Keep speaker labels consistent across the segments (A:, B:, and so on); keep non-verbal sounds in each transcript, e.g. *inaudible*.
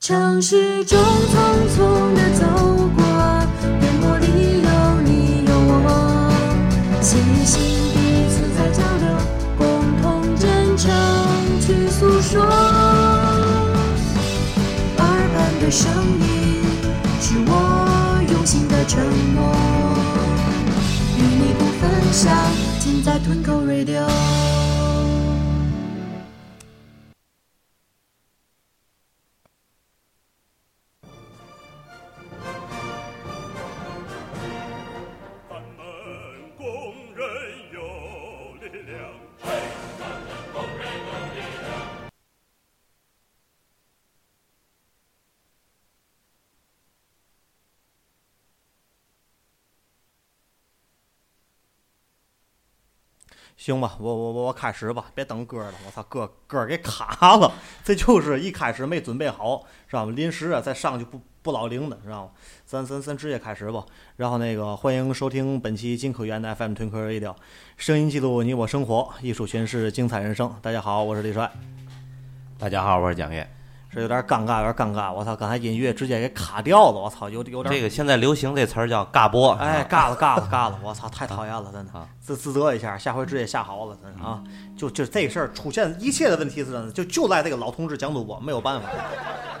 A: 城市中匆匆地走过，烟波里有你有我，星星彼此在交流，共同真诚去诉说。耳畔的声音是我用心的承诺，与你不分享，尽在吞口 radio。
B: 行吧，我我我我开始吧，别等歌了，我操，歌歌给卡了，这就是一开始没准备好，知道吗？临时啊，再上去不不老灵的，知道吗？咱咱咱直接开始吧。然后那个，欢迎收听本期金科园的 FM 吞科 radio，声音记录你我生活，艺术诠释精彩人生。大家好，我是李帅，
C: 大家好，我是蒋越。
B: 这有点尴尬，有点尴尬，我操，刚才音乐直接给卡掉了，我操，有有点
C: 这个现在流行这词儿叫“尬播”，
B: 哎，尬了尬了尬了，我操，太讨厌了，真的
C: 啊，嗯
B: 自自责一下，下回直接下好了，真的啊，就就这事儿出现一切的问题是真的，就就赖这个老同志蒋主播，没有办法。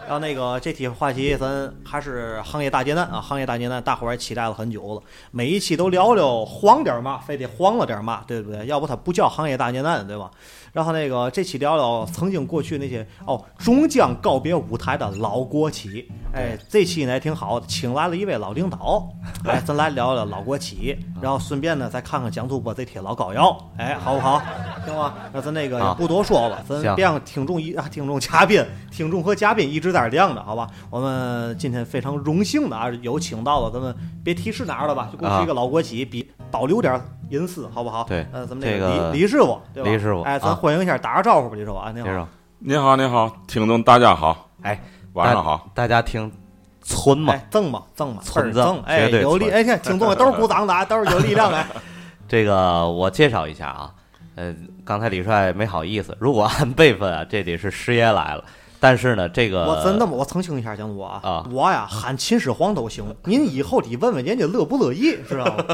B: 然后那个这题话题咱还是行业大劫难啊，行业大劫难，大伙儿也期待了很久了，每一期都聊聊黄点儿嘛，非得黄了点儿嘛，对不对？要不它不叫行业大劫难，对吧？然后那个这期聊聊曾经过去那些哦，终将告别舞台的老国企。哎，这期呢也挺好，请来了一位老领导，哎，咱来聊聊老国企，然后顺便呢再看看蒋主播这贴老膏药，哎，好不好？行吧，那咱那个也不多说了，咱
C: 行
B: 别让听众一啊听众 *laughs* 嘉宾、听众和嘉宾一直在亮着，好吧？我们今天非常荣幸的啊，有请到了咱们别提是哪儿了吧，就过去一个老国企，比保留点隐私，好不好？
C: 啊对
B: 呃，咱们
C: 这
B: 那
C: 个
B: 李李师傅，对吧？
C: 李师傅
B: 哎，咱
C: 啊
B: 欢迎一下，打个招呼吧，李师傅啊，您
C: 这
B: 好。
C: 种
D: 你好，你好，听众大家好，
C: 哎，
D: 晚上好，
C: 大家听村嘛，
B: 哎，赠吧，赠吧，
C: *laughs* 存
B: 儿
C: 赠
B: 赠，哎，
C: 绝对
B: 有力，
C: 存
B: 哎，看，听众都是鼓掌
C: *laughs*
B: 的啊，都是有力量的。
C: 这个我介绍一下啊，呃，刚才李帅没好意思，如果按辈分啊，这得是师爷来了。但是呢，这个
B: 我真的吗？我澄清一下，江总啊
C: 啊，
B: 我呀喊秦始皇都行，您以后得问问人家乐不乐意，知道
C: *laughs*
B: 吗？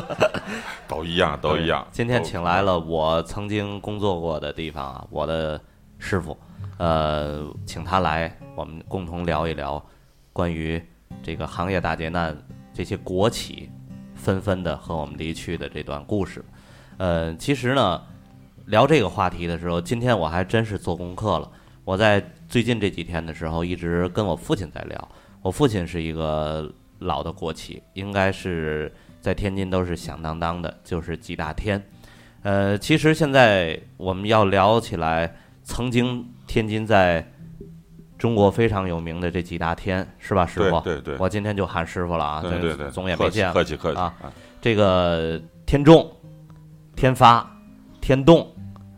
D: 都一样，都一样。
C: 今天请来
D: 了，
C: 了我曾经工作过的地方啊，我的师傅，呃，请他来，我们共同聊一聊关于这个行业大劫难，这些国企纷纷的和我们离去的这段故事。呃，其实呢，聊这个话题的时候，今天我还真是做功课了。我在最近这几天的时候，一直跟我父亲在聊。我父亲是一个老的国企，应该是在天津都是响当当的，就是几大天。呃，其实现在我们要聊起来，曾经天津在中国非常有名的这几大天，是吧，师
D: 对
C: 傅？
D: 对对
C: 我今天就喊师傅了啊，
D: 对对对，
C: 总也
D: 客
C: 没
D: 气
C: 见过
D: 客气客气
C: 啊。这个天众、天发、天动，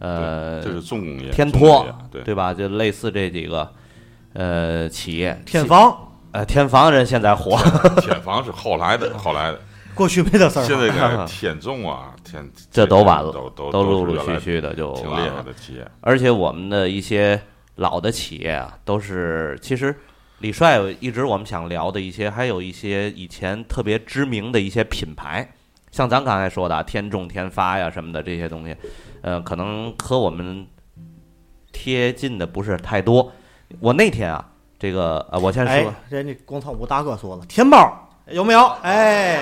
C: 呃，
D: 这是重工业，
C: 天
D: 重
C: 托
D: 工业，对
C: 对吧？就类似这几个呃企业，
B: 天方
C: 呃天房人现在火，
D: 天房是后
C: *laughs*
D: 来的，后来的，
B: 过去没这事
D: 现
B: 儿
D: 在
B: 吗，
D: 改天众啊，天
C: *laughs* 这都完了
D: 都 *laughs* 都
C: 都陆
D: 是
C: 陆
D: 原来
C: 续续的就
D: 挺
C: 完
D: 厉害
C: 了。
D: 的企业，
C: 而且我们的一些老的企业啊，都是其实李帅一直我们想聊的一些，还有一些以前特别知名的一些品牌，像咱刚才说的啊天众、天发呀什么的这些东西，呃，可能和我们贴近的不是太多。我那天啊这个呃，我先
B: 哎
C: 说，，
B: 人家工厂武大哥说了，天猫有没有？哎，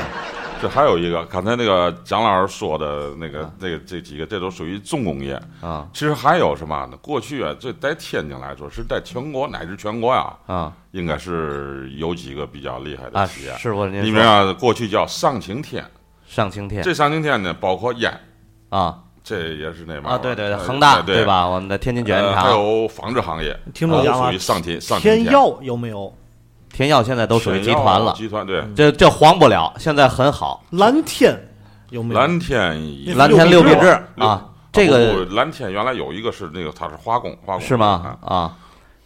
D: 这还有一个，刚才那个蒋老师说的那个、那个这几个，这都属于重工业。
C: 啊
D: 其实还有什么呢？过去啊，这在天津来说，是在全国乃至全国呀，
C: 啊
D: 应该是有几个比较厉害
C: 啊！
D: 的企业。
C: 是我您
D: 里
C: 说
D: 面啊，过去叫上晴天，
C: 上青天
D: 这上晴天呢，包括烟，
C: 啊
D: 这也是那玩意儿
C: 啊，对对对，
D: 哎
C: 恒大
D: 哎对
C: 对？吧？我们的天津卷烟
D: 呃还
C: 厂、
D: 有纺织行业，啊
B: 听
D: 都
B: 众讲
D: 属
B: 了
D: 于，上天上
B: 天
D: 天
B: 耀有没有？
C: 天耀现在都属于集
D: 沈耀啊
C: 团了，
D: 集团
B: 嗯
D: 对，
C: 这这黄不了，现在很好。
B: 蓝天有没有？
D: 蓝天一
B: 那
D: 哦
C: 嗯蓝
B: 是
C: 天
B: 六
C: 必
B: 必
C: 治
B: 治
C: 啊，这个
D: 不蓝天原来有一个是那个它是化工化工
C: 是吗
D: 啊？
C: 啊，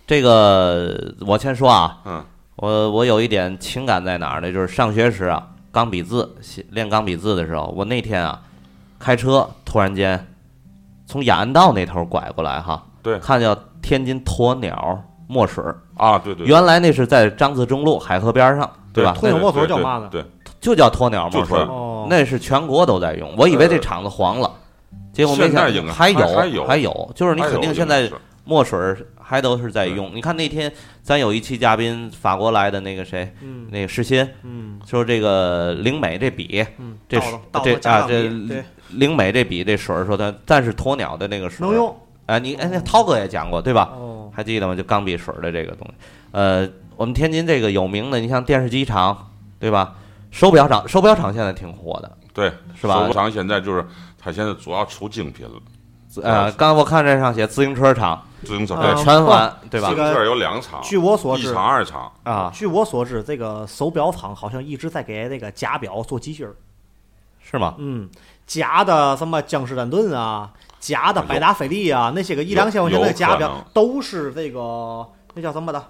C: 这个我先说啊，
D: 嗯，
C: 我我有一点情感在哪儿呢？就是上学时啊，钢笔字写练钢笔字的时候，我那天啊，开车突然间从雅安道那头拐过来哈，
D: 对
C: 看见天津鸵鸟墨水儿，
D: 啊，对对，
C: 原来那是在张自忠路海河边上，
D: 对
C: 吧？
B: 鸵鸟墨水叫嘛
D: 嘛
B: 呢
D: 对，
C: 就叫鸵鸟墨水
D: 就
C: 儿
D: 鸵，
B: 哦，
C: 那是全国都在用。我以为这厂子黄了，结果没
D: 现
C: 想
D: 在应该
C: 还有
D: 还还有
C: 还有，就是你肯定现
D: 还有
C: 在
D: 一个是
C: 墨水儿还都是在用。你看那天咱有一期嘉宾法国来的那个谁，
B: 嗯
C: 那个诗欣，
B: 嗯
C: 说这个灵美这笔，
B: 嗯，
C: 这
B: 到
C: 是
B: 了到
C: 这
B: 了家
C: 啊
B: 长
C: 这
B: 里对
C: 灵美这笔这水儿说它，但是鸵鸟的那个水儿
B: 能用
C: 啊，你哎那涛哥也讲过对吧？
D: 嗯
B: 哦，
C: 还记得吗？就钢笔水儿的这个东西。呃，我们天津这个有名的，你像电视机厂，对吧？手表厂，手表厂现在挺火的，
D: 对
C: 是吧
D: 手厂现在就是它现在主要出精品了，
C: 呃，刚才我看这上写自行车厂，
D: 自行车
B: 啊
C: 呃，
D: 对，
C: 全完，对吧
D: 自行
B: 这？个
D: 车有两厂，
B: 据我所
D: 一
B: 知
D: 厂。二厂，
C: 啊，
B: 据我所知，这个手表厂好像一直在给那个假表做机芯儿，
C: 是吗？
B: 嗯，假的什么江诗丹顿啊，假的百达翡丽啊，那些个一两千块钱
D: 哎有
B: 的
D: 有
B: 假
D: 可
B: 表
D: 能
B: 都是这个那叫什么的，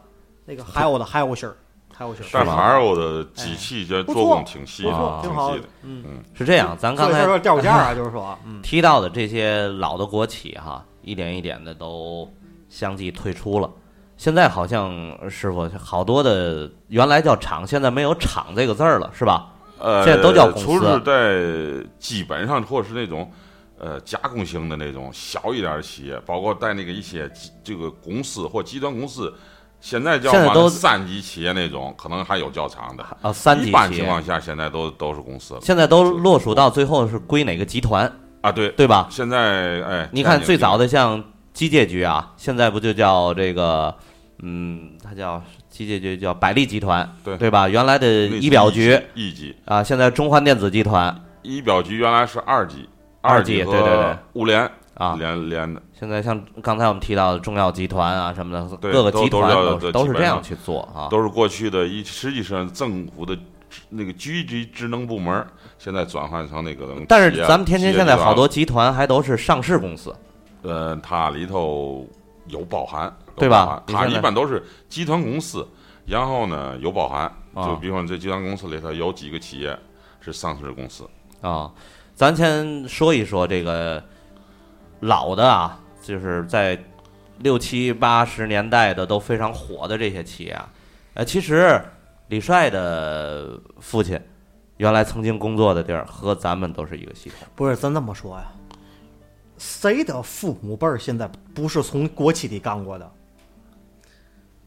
B: 那个海鸥的海鸥芯儿，海鸥芯儿，
D: 但
C: 是吗
D: 海鸥的机器这
B: 哎不
D: 做
B: 错
D: 工挺细
B: 不
D: 的，
B: 错，挺好
D: 挺细
B: 的
D: 的。，
B: 嗯，
C: 是这样，咱
B: 所
C: 刚
B: 以
C: 才
B: 说掉价 *laughs* 啊，就是说，嗯，
C: 提到的这些老的国企哈，一点一点的都相继退出了。现在好像师傅好多的原来叫厂，现在没有“厂”这个字儿了，是吧？
D: 呃，
C: 现在都叫公司
D: 除了在基本上或是那种呃加工型的那种小一点的企业，包括在那个一些集这个公司或集团公司，现在叫
C: 现在
D: 嘛
C: 都
D: 三级企业那种，可能还有较长的。
C: 啊，三级
D: 一般
C: 企
D: 情
C: 业
D: 况下，现在都都是公司了
C: 现在都落属到最后是归哪个集团，
D: 啊。对，
C: 对吧？
D: 现在哎，
C: 你看最早
D: 的
C: 的像机械局啊，现在不就叫这个，嗯，它叫机械局叫百利集团，
D: 对
C: 吧？原来的仪表局
D: 一级，
C: 啊，现在中환电子集团
D: 仪表局原来是二级，
C: 二级
D: 级和
C: 对对对
D: 物联
C: 啊，
D: 联联的，
C: 现在像刚才我们提到的中药集团啊什么的，
D: 对
C: 各个
D: 都
C: 集团
D: 都
C: 都是
D: 是这
C: 都是
D: 基
C: 这
D: 本上
C: 样去做啊。
D: 都是过去的一实际上政府的职那个局级职能部门儿，现在转换成那个。
C: 嗯但是咱们天津
D: 企业
C: 现在
D: 集团
C: 好多集团还都是上市公司，
D: 呃，它里头有包含，有
C: 对吧
D: 包含
C: 你
D: 它
C: 现在
D: 一般都是集团公司，然后呢有包含，
C: 啊
D: 就比方这集团公司里头有几个企业是上市公司，
C: 啊、咱先说一说这个老的啊，就是在六七八十年代的都非常火的这些企业啊。呃，其实李帅的父亲原来曾经工作的地儿和咱们都是一个系统，
B: 不是，咱这么说呀，谁的父母辈儿现在不是从国企里干过的？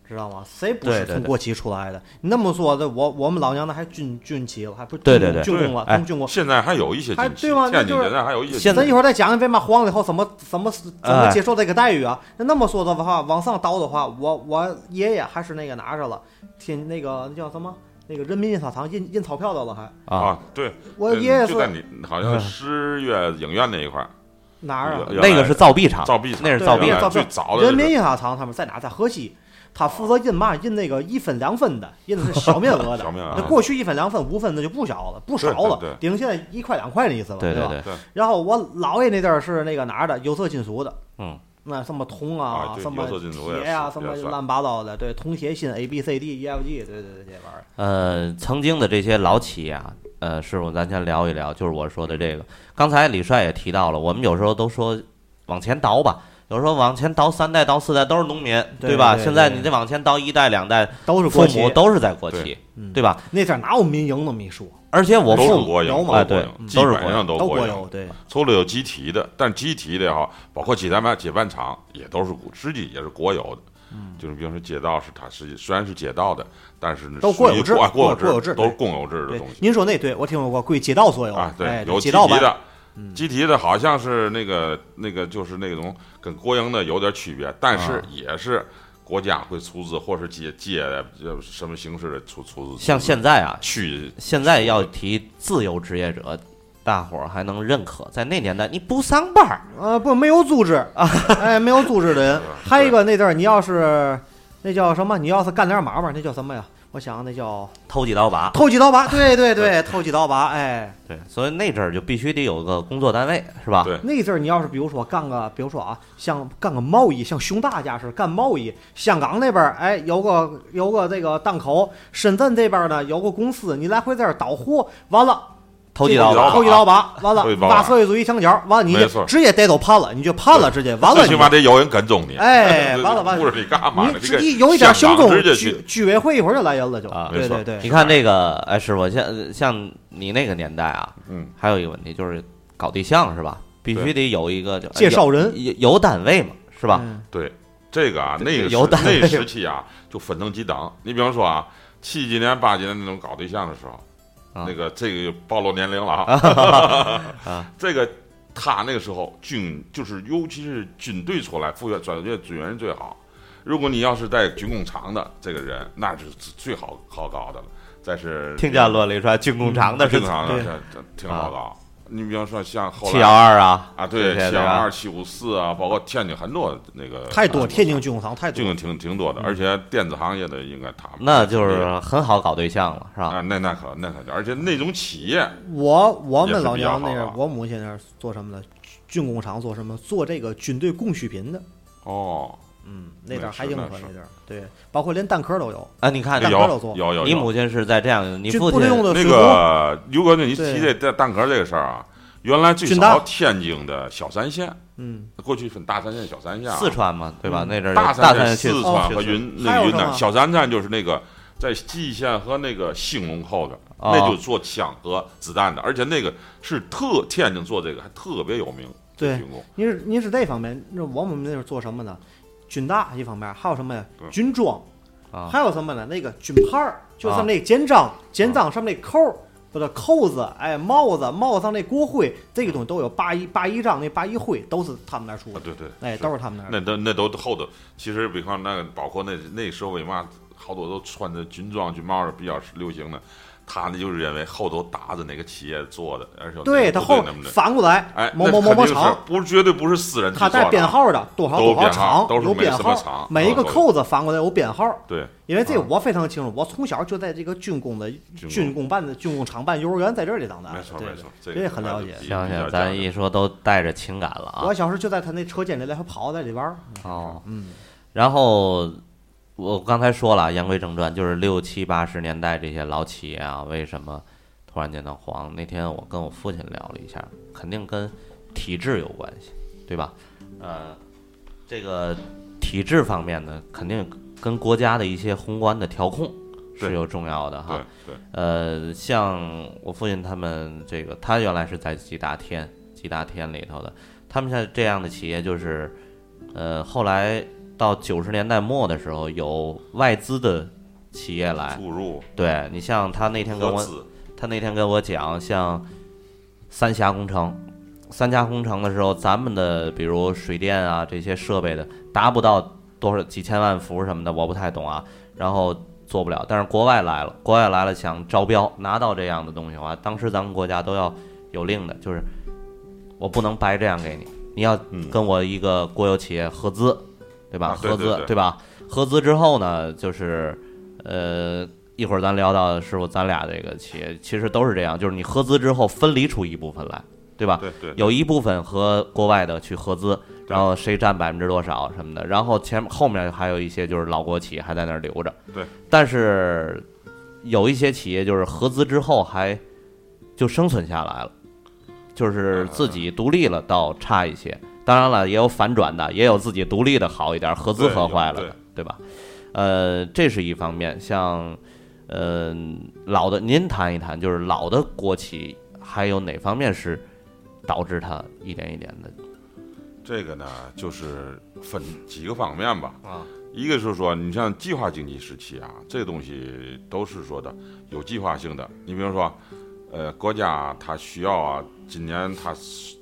B: 知道吗？谁不是
C: 对对
B: 从
C: 对
B: 国企出来的？你那么说的，我我们老娘那还军军企了，还不是
C: 对
B: 军
C: 对对
B: 军工了，
C: 哎
B: 从军工。
D: 现在还有一些
B: 还
D: 近期，
B: 对吗那
D: 天
B: 哎就
D: 津
B: 是
D: 现在还有一些
C: 现
D: 近
C: 在
B: 咱
D: 期
B: 一会儿再讲为嘛黄了以后怎么怎么怎么
C: 哎
B: 接受这个待遇啊？那那么说的话，往上倒的话，我我爷爷还是那个拿着了，天那个那叫什么？那个人民印刷厂印印钞票的了还，
C: 啊。嗯
D: 啊，对，
B: 我
D: 嗯
B: 爷爷
D: 就在
B: 是
D: 你好像十月影院那一块儿，
B: 哪儿啊？
D: 原来
C: 那个是造币厂，
D: 造币厂
C: 那是
B: 对
C: 造
B: 那
C: 币啊
B: 是
D: 原
B: 造
C: 厂
D: 来
B: 币
D: 最
B: 厂
D: 早的
B: 人民印刷厂他们在哪？在河西，他负责印嘛？印那个一分两分的，印的是小面额的。
D: *laughs* 小面额
B: 那过去一分两分五分的就不小了，不少了，
D: 对对对
B: 顶现在一块两块的意思了，
C: 对
B: 吧？
C: 对，
B: 然后我姥爷那阵儿是那个哪儿的，有色金属的，
C: 嗯，
B: 那什么铜
D: 啊
B: 啊，
D: 对
B: 什么
D: 有色金属也
B: 铁呀、
D: 是
B: 什么
D: 也算
B: 乱七八糟的，对，铜铁锌 A B C D E F G，对对对，这玩意儿。
C: 呃，曾经的这些老企业啊，呃，师傅，咱先聊一聊，就是我说的这个。刚才李帅也提到了，我们有时候都说往前倒吧，有时候往前倒三代到四代都是农民，
B: 对
C: 吧？
B: 对
C: 现在
B: 对
C: 你得往前倒一代两代，
B: 都是
C: 父
B: 国
C: 母
B: 企，
C: 都是在国企，对
B: 嗯
C: 吧？
B: 那阵儿哪有民营那么一说，
C: 而且我
D: 都是
C: 父母
D: 国营
B: 有
D: 的，
B: 吗
D: 都是
C: 哎
D: 国
C: 对
D: 营，基
C: 都是
D: 本上都
B: 都
D: 国
B: 国
D: 营
B: 有，对，
D: 除了有集体的，但集体的也好，包括集团办、解办厂也都是国实际也是国有的。
C: 嗯
D: 就是比如说街道是它是虽然是街道的，但是呢
B: 都
D: 属
B: 国有
D: 于
B: 制国
D: 啊国有
B: 国有制
D: 都是
B: 对
D: 公有制的
B: 对
D: 东，西
B: 您说那对我听说过归街道所有
D: 啊。
B: 哎
D: 对，有集
B: 街道
D: 体
B: 办
D: 的，集体的好像是那个那个就是那种跟国营的有点区别，但
C: 啊
D: 是也是国家会出资或是借借呃什么形式的出出资。
C: 像现在啊，
D: 区
C: 现在要提自由职业者，大伙儿还能认可。在那年代，你不上班儿，
B: 呃，不，没有组织 *laughs* 啊，哎，没有组织的人。还有一个那阵儿，你要是那叫什么？你要是干点买卖，那叫什么呀？我想那叫
C: 偷几刀把。
B: 偷鸡倒拔，对对对，偷鸡倒拔。哎，
C: 对，所以那阵儿就必须得有个工作单位，是吧？
D: 对
B: 那阵儿你要是比如说干个，比如说啊，像干个贸易，像熊大家是干贸易，香港那边儿哎有个有个这个档口，深圳这边儿呢有个公司，你来回在这儿倒货，完了。
C: 偷几刀
D: 这个
C: 把。
B: 偷一刀把，完了
D: 偷啊一刀把
B: 挖社会主义墙角，完了你
D: 没
B: 就
D: 错
B: 直接逮走判了，你就判了，直接完了
D: 最
B: 你
D: 起码得有人跟踪你。
B: 哎
D: *laughs* 这
B: 完了完了
D: 故事里干嘛呢？
B: 你
D: 这个
B: 这一有一点行
D: 香
B: 踪
D: 港直，接
B: 居
D: 去
B: 居委会一会儿就来人了就，
C: 啊
B: 对对
D: 没错
B: 对，
C: 你看这个，哎，师傅，像像你那个年代啊，
D: 嗯，
C: 还有一个问题就是搞对象是吧？必须
D: 对
C: 得有一个就
B: 介绍人
C: 有有有单位嘛，是吧？
B: 嗯
D: 对，这个啊，那个时
C: 有胆
D: 那个时期啊，就分成几档。你比方说啊，七几年、八几年那种搞对象的时候，
C: 啊
D: 那个这个就暴露年龄了啊。 *laughs* 这个他那个时候军就是，尤其是军队出来复员转业军人最好。如果你要是在军工厂的这个人，那是最好好搞的了。再是
C: 听见罗立川军工厂的是
D: 军工厂
B: 对
D: 啊的，这这挺好搞。你比方说像后
C: 七
D: 来
C: 幺二啊，
D: 啊，对
C: 这些
D: 七幺二、
C: 吧
D: 七五四啊，包括天津很多那个
B: 太多
D: 啊
B: 天津军工厂太多
D: 竞，争挺挺多的，而且电子行业的应该他们
C: 那就是啊很好搞对象了，是吧？
D: 啊，那那可那可就，而且那种企业
B: 我我们老
D: 也是比较
B: 娘
D: 好
B: 那
D: 啊
B: 儿，我母亲那儿做什么的？军工厂做什么？做这个军队供需品的，
D: 哦，
B: 嗯，那阵儿
D: 那是
B: 还硬核
D: 那是
B: 那阵儿，对，包括连蛋壳都有，
C: 啊，你看
B: 蛋
D: 哎有
B: 壳都做
D: 有有
C: 你
D: 有
C: 母亲是在这样，你
B: 军
C: 父
B: 部
C: 亲
B: 队用的
D: 那
B: 水壶，
D: 个刘哥，你
B: 对
D: 提这蛋蛋壳这个事儿啊，原来最
B: 军大
D: 早天津的小三线，
B: 嗯，
D: 过去分大三线、小三线啊，
C: 四川嘛，对吧？那阵儿
D: 大
C: 大
D: 山、
C: 去
D: 四
B: 哦
D: 川
B: 去
D: 和
B: 四
D: 云
B: 还
D: 那
B: 有
D: 云
B: 什
D: 南
B: 么
D: 小三站就是那个在蓟县和那个兴隆后边，
B: 啊
C: 哦
D: 那就做枪和子弹的，而且那个是特天津做这个还特别有名，这
B: 对
D: 军工啊
B: 您是您是这方面，那我们那是做什么呢？军大一方面，还有什么呀？
D: 嗯
B: 军装，
C: 啊
B: 还有什么呢？那个军牌儿，就
D: 啊
B: 上面那肩章，肩章上面那扣儿，不是扣子，哎，帽子，帽子上那国徽，这个东西都有八一八一章，那八一徽都是他们那儿出
D: 啊
B: 的，，
D: 对对，
B: 哎，
D: 是
B: 都是他们那儿的。
D: 那都那都后头，其实比方那个，包括那那时候为嘛好多都穿着军装军帽儿比较流行的，他呢就是认为后头打着哪个企业做的，而且有
B: 对
D: 那
B: 他
D: 个部队
B: 后
D: 那么的，
B: 反过来，
D: 哎，
B: 某
D: 那
B: 某某
D: 肯
B: 某
D: 定是
B: 厂，
D: 不是绝对不是私人制
B: 他
D: 作
B: 带
D: 的
B: 编
D: 啊，
B: 号的，多少
D: 都
B: 多
D: 有
B: 少
D: 编号
B: 厂
D: 都是
B: 有
D: 每
B: 编
D: 什么
B: 号
D: 厂，啊
B: 每一个
D: 都有
B: 扣子反过来有编号。
D: 对，
B: 因为这个我非常清楚，我从小就在这个军工的
D: 工
B: 军工办的军工厂办幼儿园在这里长大的，
D: 没错
B: 对
D: 没
B: 对
D: 错，
B: 这
D: 这个
B: 很了解。
C: 想想咱一说都带着情感了啊
B: 我。小时候就在他那车间里来回跑，在里玩儿。
C: 哦，
B: 嗯，
C: 然后我刚才说了，言归正传，就是六七八十年代这些老企业啊，为什么突然间的黄？那天我跟我父亲聊了一下，肯定跟体制有关系，对吧？呃，这个体制方面呢，肯定跟国家的一些宏观的调控是
D: 对
C: 有重要的哈
D: 对。对，
C: 呃，像我父亲他们这个，他原来是在吉达天，吉达天里头的，他们像这样的企业就是，呃，后来到九十年代末的时候，有外资的企业来，
D: 注入
C: 对你像他那哎天跟
D: 合
C: 我，
D: 资，
C: 他那天跟我讲，像三峡工程，三峡工程的时候，咱们的比如水电啊这些设备的达不到多少几千万伏什么的，我不太懂啊，然后做不了。但是国外来了，国外来了想招标拿到这样的东西的话，当时咱们国家都要有令的，就是我不能白这样给你，你要
D: 嗯
C: 跟我一个国有企业合资，对吧？
D: 啊对
C: 合资
D: 对对
C: 吧？合资之后呢，就是呃。一会儿咱聊到师傅，咱俩这个企业其实都是这样，就是你合资之后分离出一部分来，对吧？
D: 对对，
C: 有一部分和国外的去合资，然后谁占百分之多少什么的，然后前后面还有一些就是老国企还在那儿留着。
D: 对，
C: 但是有一些企业就是合资之后还就生存下来了，就是自己独立了倒差一些。当然了，也有反转的，也有自己独立的好一点，合资
D: 对
C: 合
D: 有
C: 坏了
D: 对
C: 的，对吧？呃，这是一方面，像呃老的，您谈一谈，就是老的国企还有哪方面是导致它一点一点的
D: 这个呢，就是分几个方面吧。
C: 啊，
D: 一个就是说，你像计划经济时期啊，这东西都是说的有计划性的。你比如说，呃，国家它需要啊，今年它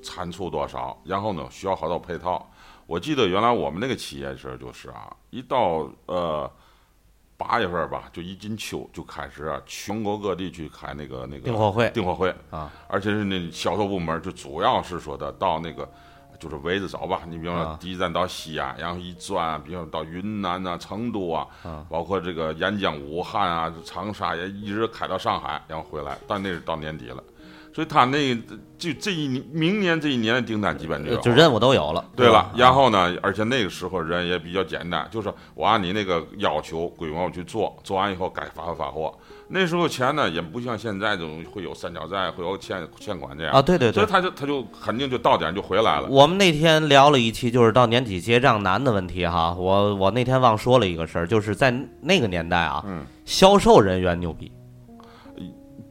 D: 产出多少，然后呢需要好多配套。我记得原来我们那个企业时候就是啊，一到呃八月份吧，就一进秋就开始啊，全国各地去开那个那个
C: 订货会
D: 订货会
C: 啊，
D: 而且是那销售部门就主要是说的到那个。就是围着找吧，你比方说
C: 啊
D: 第一站到西安，然后一转，比方说到云南呐、成都啊，
C: 啊
D: 包括这个沿江、武汉啊、长沙也一直开到上海，然后回来，但那是到年底了，所以他那就这一年明年这一年的订单基本就有
C: 呃就任务都有了。啊
D: 对了
C: 吧，
D: 然后呢，而且那个时候人也比较简单，就是我按你那个要求规模去做，做完以后该发货发货。那时候钱呢也不像现在这种会有三角债，会有欠欠款这样
C: 啊，，对对
D: 所以
C: 对，
D: 他就他就肯定就到点就回来了。
C: 我们那天聊了一期，就是到年底结账难的问题哈。我我那天忘说了一个事儿，就是在那个年代啊，
D: 嗯
C: 销售人员牛逼，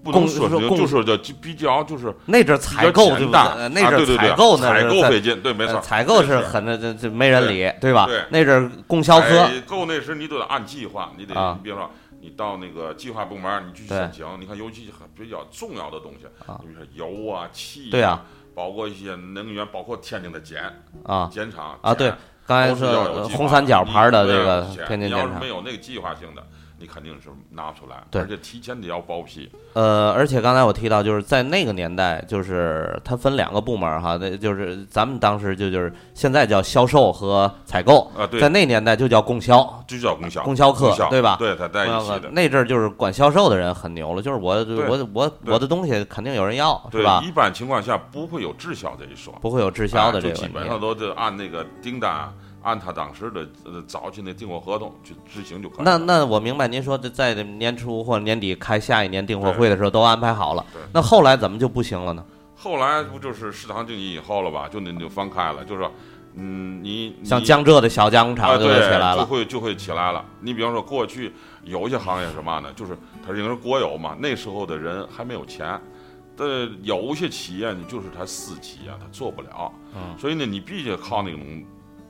D: 不能
C: 供
D: 说
C: 说
D: 是
C: 供
D: 就是叫比较就是
C: 那阵儿
D: 比
C: 采
D: 较
C: 购
D: 简
C: 就不
D: 单
C: 呃
D: 啊
C: 那阵
D: 对
C: 儿
D: 对对
C: 采购呢，
D: 采购
C: 在
D: 费劲，对没错
C: 呃，采购是
D: 是
C: 很那这这没人理，对吧
D: 对？
C: 那阵儿供销科
D: 采购哎那时你都得按计划，你得
C: 啊
D: 你比如说。你到那个计划部门，你去
C: 对
D: 申请。你看，尤其很比较重要的东西，
C: 啊
D: 你比如说油啊、气
C: 对啊，
D: 包括一些能源，包括天津的碱
C: 啊
D: 碱厂
C: 啊对，刚才
D: 都是
C: 说
D: 要有
C: 呃
D: 计划
C: 红三角牌的
D: 你
C: 这个
D: 对啊
C: 天津
D: 你
C: 建
D: 要是
C: 厂
D: 没，有那个计划性的，你肯定是拿不出来，
C: 对
D: 而且提前得要报批。
C: 呃，而且刚才我提到，就是在那个年代，就是它分两个部门儿哈，那就是咱们当时就就是现在叫销售和采购，
D: 啊对
C: 在那年代就叫供销。
D: 就叫供销
C: 供销课
D: 供销
C: 对吧
D: 对，它在一起的。
C: 那阵儿就是管销售的人很牛了，就是我
D: 对
C: 我我
D: 对
C: 我的东西肯定有人要，是
D: 对
C: 吧，？
D: 一般情况下不会有滞销这一说，
C: 不会有滞销的
D: 哎
C: 这
D: 就
C: 个
D: 基
C: 问
D: 本上
C: 题。
D: 都是按那个订单，按他当时的呃早期那订货合同去执行就可以
C: 那
D: 了。
C: 那我明白您说的，在年初或者年底开下一年订货会的时候都安排好了
D: 对，
C: 那后来怎么就不行了呢？
D: 后来不就是市场经济以后了吧？就那你就放开了，就是说，嗯，你
C: 像
D: 你
C: 江浙的小加工
D: 啊，
C: 厂就
D: 对，
C: 会起来
D: 就
C: 了，
D: 会就会起来了。你比方说过去有一些行业是嘛呢？就是它是因为国有嘛，那时候的人还没有钱，但有一些企业呢，就是它私企业，它做不了，
C: 嗯
D: 所以呢，你必须得靠那种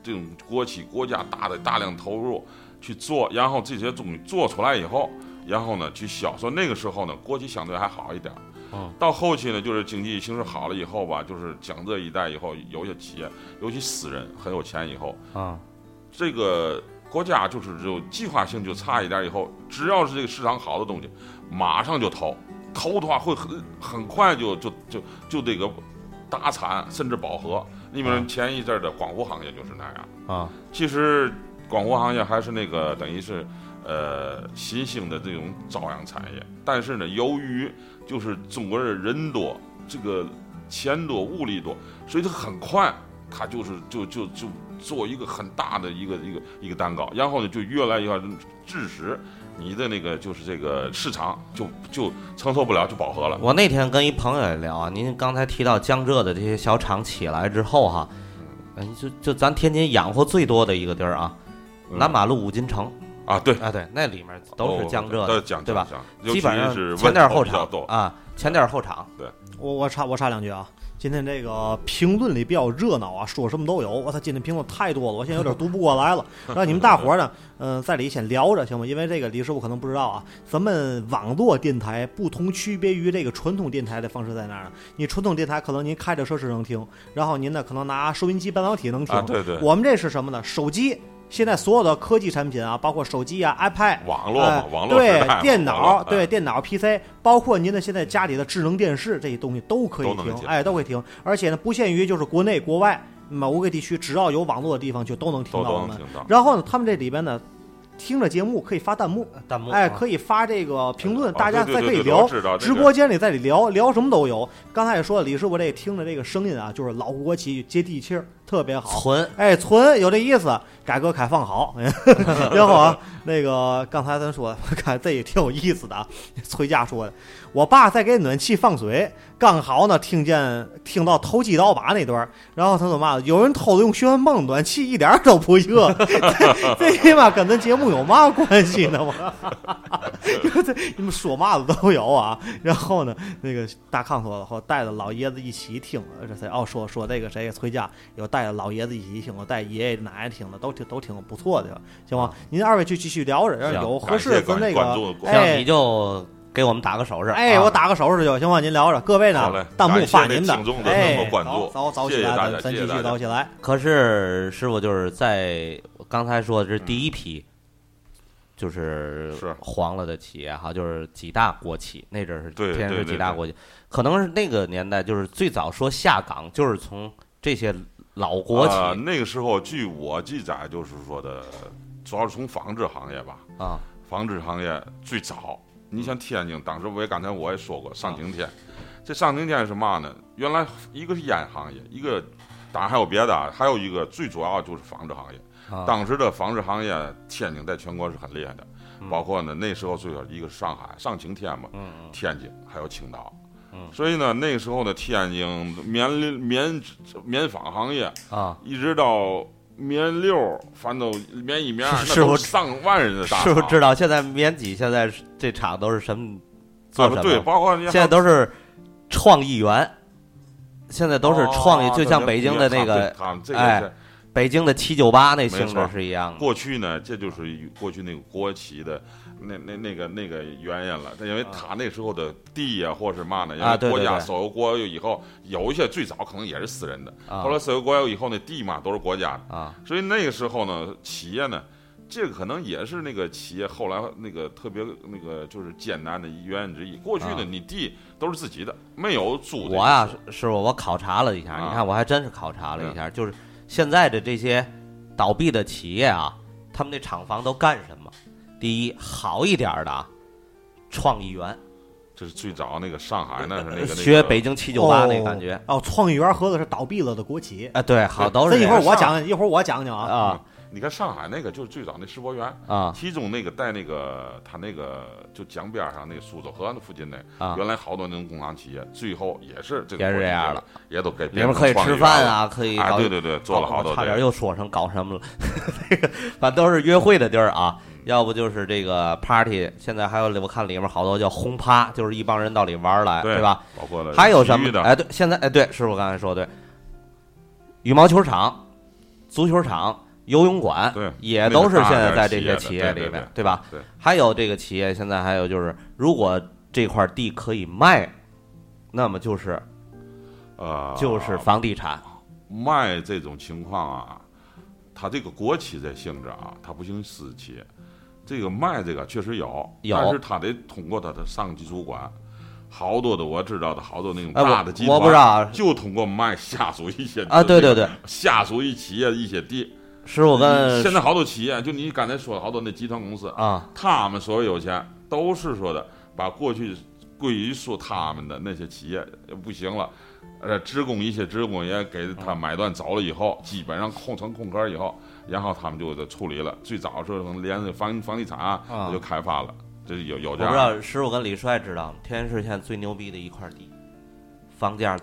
D: 这种国企国家大的大量投入去做，然后这些东西做出来以后，然后呢去销售。那个时候呢，国企相对还好一点儿。
C: 嗯
D: 到后期呢，就是经济形势好了以后吧，就是江浙一带以后，有些企业，尤其私人很有钱以后，
C: 啊，
D: 这个国家就是有计划性就差一点以后，只要是这个市场好的东西，马上就投，投的话会很很快就就就就这个达产甚至饱和。你比如说前一阵儿的广呼行业就是那样。
C: 啊，
D: 其实广呼行业还是那个等于是呃新兴的这种朝阳产业，但是呢，由于就是中国人人多，这个钱多物力多，所以它很快它就是就就就做一个很大的一个一个一个蛋糕，然后呢就越来越致使你的那个就是这个市场就就承受不了就饱和了。
C: 我那天跟一朋友也聊啊，您刚才提到江浙的这些小厂起来之后哈，嗯，就就咱天津养活最多的一个地儿啊，
D: 嗯
C: 南马路五金城
D: 啊，对，
C: 啊，对，那里面都是江浙
D: 哦都是
C: 的，
D: 江
C: 对吧？？
D: 江
C: 基本上
D: 尤其是
C: 前店
D: 温
C: 后
D: 比较
C: 厂
D: 多
C: 啊，前店后厂，
B: 我我插我插两句啊，今天这个评论里比较热闹啊，说什么都有。我操，今天评论太多了，我现在有点读不过来
D: *laughs*
B: 了。让你们大伙儿呢，嗯、在里先聊着行吗？因为这个李师傅可能不知道啊，咱们网络电台不同区别于这个传统电台的方式在哪儿呢？你传统电台可能您开着车是能听，然后您呢可能拿收音机、半导体能听。
D: 啊，对对，
B: 我们这是什么呢？手机。现在所有的科技产品啊，包括手机啊、iPad、
D: 网络嘛
B: 哎，
D: 网络时代
B: 对
D: 嘛
B: 电
D: 网络哎嗯
B: 脑，对电脑 PC，包括您的现在家里的智能电视这些东西都可以
D: 都能
B: 听，
D: 听
B: 哎，都可以听，而且呢，不限于就是国内国外某个地区，只要有网络的地方就都能听
D: 都
B: 到我
D: 都能
B: 们。
D: 听到。
B: 然后呢，他们这里边呢，听着节目可以发弹幕，
C: 弹幕
B: 哎，
C: 啊
B: 可以发这个评论，
D: 啊
B: 大家
D: 嗯对
B: 再
D: 对
B: 可以
D: 对对
B: 聊
D: 我知道。这
B: 直
D: 个
B: 播间里在里聊聊什么都有。刚才也说了，李师傅这听着这个声音啊，就是老国企接地气儿，特别好。
C: 存
B: 哎，存有这意思，改革开放好。 *laughs* 然后啊，那个刚才咱说， *laughs* 看这也挺有意思的啊。崔家说的，我爸在给暖气放水，刚好呢听见听到投机倒把那段儿，然后他说嘛，有人偷着用旋风泵暖气， *laughs* 一点儿都不热， *laughs* 这这他妈跟咱节目有嘛关系呢？我， *laughs* 这你们说嘛的都有啊。然后呢，那个大康说了，后带着老爷子一起听，这谁哦说说这个谁崔家有带着老爷子一起听的，带爷爷奶奶听的，都挺都挺不错的，行
C: 啊
B: 吗？您二位就继续聊着，要是
C: 行
B: 有合
D: 感
B: 适
D: 谢
B: 咱
D: 关
B: 那
D: 关
B: 个，
D: 注
B: 哎
C: 行，你就给我们打个手势。
B: 哎，
C: 啊
B: 我打个手势就行吗？您聊着，各位
D: 好
B: 呢
D: 嘞，
B: 弹幕
D: 感谢
B: 发
D: 那
B: 您的
D: 听众，的
B: 哎
D: 能够，关注
B: 早早早起
D: 谢谢
B: 来，
D: 大
B: 咱
D: 家
B: 咱
D: 谢
B: 继
D: 谢大
B: 续
D: 家
B: 早起来。
C: 可是师傅就是在我刚才说的这是第一
D: 嗯
C: 批，就是
D: 是
C: 黄了的企业哈，就是几大国企，那阵儿是
D: 对
C: 天
D: 对
C: 是
D: 对
C: 几大
D: 对
C: 国企，可能是那个年代就是最早说下岗，就是从这些老国企
D: 呃那个时候，据我记载，就是说的，主要是从纺织行业吧，
C: 啊
D: 纺织行业最早。你
B: 嗯
D: 像天津，当时我也刚才我也说过
B: 啊
D: 上晴天，这上晴天是嘛呢？原来一个是烟行业，一个当然还有别的啊，还有一个最主要就是纺织行业。
C: 啊
D: 当时的纺织行业，天津在全国是很厉害的，
B: 嗯
D: 包括呢那时候最早一个是上海上晴天嘛，
C: 嗯
D: 天津还有青岛。所以呢，那时候呢，天津棉棉棉纺行业
C: 啊！
D: 一直到棉六，反正棉一、棉二，那
C: 是
D: 都
C: 我
D: 是上万人的大
C: 师傅
D: 厂
C: 知道现在棉几现在是这厂都是什么做
D: 啊
C: 什么？
D: 对，包括你
C: 现在都是创意园，现在都是创意，
D: 哦
C: 就像北京的
D: 对
C: 那个
D: 他们这
C: 哎
D: 个是
C: 北京的七九八那
D: 错
C: 性质是一样的。
D: 过去呢，这就是与过去那个国旗的那那那个那个原因了。但因为他那时候的地呀、或是嘛呢，因
C: 啊
D: 为
C: 对
D: 国
C: 对
D: 家
C: 对
D: 手游国有以后，有一些最早可能也是私人的，
C: 啊
D: 后来手游国有以后，那地嘛都是国家的，
C: 啊
D: 所以那个时候呢，企业呢。这个可能也是那个企业后来那个特别那个就是艰难的原因之一。过去呢，
C: 啊
D: 你地都是自己的，没有租的。
C: 我呀、师傅，我考察了一下，
D: 啊
C: 你看我还真是考察了一下，就是现在的这些倒闭的企业啊，他们那厂房都干什么？第一，好一点儿的啊，创意园，
D: 这是最早那个上海啊那是那个那个
C: 呃学北京七九八那感觉。
B: 哦，创意园合作是倒闭了的国企。
C: 啊，对，好，都
B: 这
C: 是
B: 一
C: 这
B: 会儿
C: 样
B: 我讲，一会儿我讲讲啊。
C: 啊
D: 你看上海那个就是最早那世博园，
C: 啊
D: 其中那个在那个他那个就江边上那个苏州河岸的附近那，
C: 啊，
D: 原来好多那种工厂企业，最后也是这个
C: 也是
D: 国
C: 这
D: 企
C: 样
D: 业
C: 了，
D: 也都给
C: 里面可以吃饭啊，可
D: 别
C: 以
D: 人创业园
C: 搞
D: 了，啊，对对对，做了好多
C: 我差
D: 这
C: 点
D: 个。
C: 又说成搞什么了， *laughs* 那个反正都是约会的地儿啊，
D: 嗯
C: 要不就是这个 party，现在还有我看里面好多叫轰趴，就是一帮人到里玩儿来，
D: 对
C: 吧？？
D: 包括了
C: 还有什
D: 体
C: 么
D: 育？的，
C: 哎，对，现在哎，对，师傅刚才说的对，羽毛球场、足球场、游泳馆，
D: 对
C: 也都是现在在这些
D: 那个大的
C: 企
D: 企
C: 业
D: 业
C: 里
D: 对对
C: 面，
D: 对
C: 吧？
D: 对
C: 还有这个企业现在还有就是，如果这块地可以卖，那么就是
D: 呃，
C: 就是房地产。
D: 卖这种情况啊，它这个国企这性质啊，它不行私企。这个卖这个确实有，
C: 有
D: 但是他得通过他的上级主管，好多的我知道的好多那种
C: 哎我
D: 大的集团，
C: 我不知道啊
D: 就通过卖下属一些
C: 啊对对对，
D: 下属一企业一些地。
C: 师傅跟
D: 现在好多企业，就你刚才说的好多那集团公司，
C: 啊
D: 他们所有有钱都是说的把过去归于说他们的那些企业呃不行了，呃，职工一些职工也给他买断走了以后，基本上空成空壳以后，然后他们就得处理了。最早是可能连房房地产啊
C: 啊
D: 就开发了，这有有这
C: 我不
D: 样
C: 知
D: 的。
C: 道师傅跟李帅知道吗？天津市现在最牛逼的一块地，房价，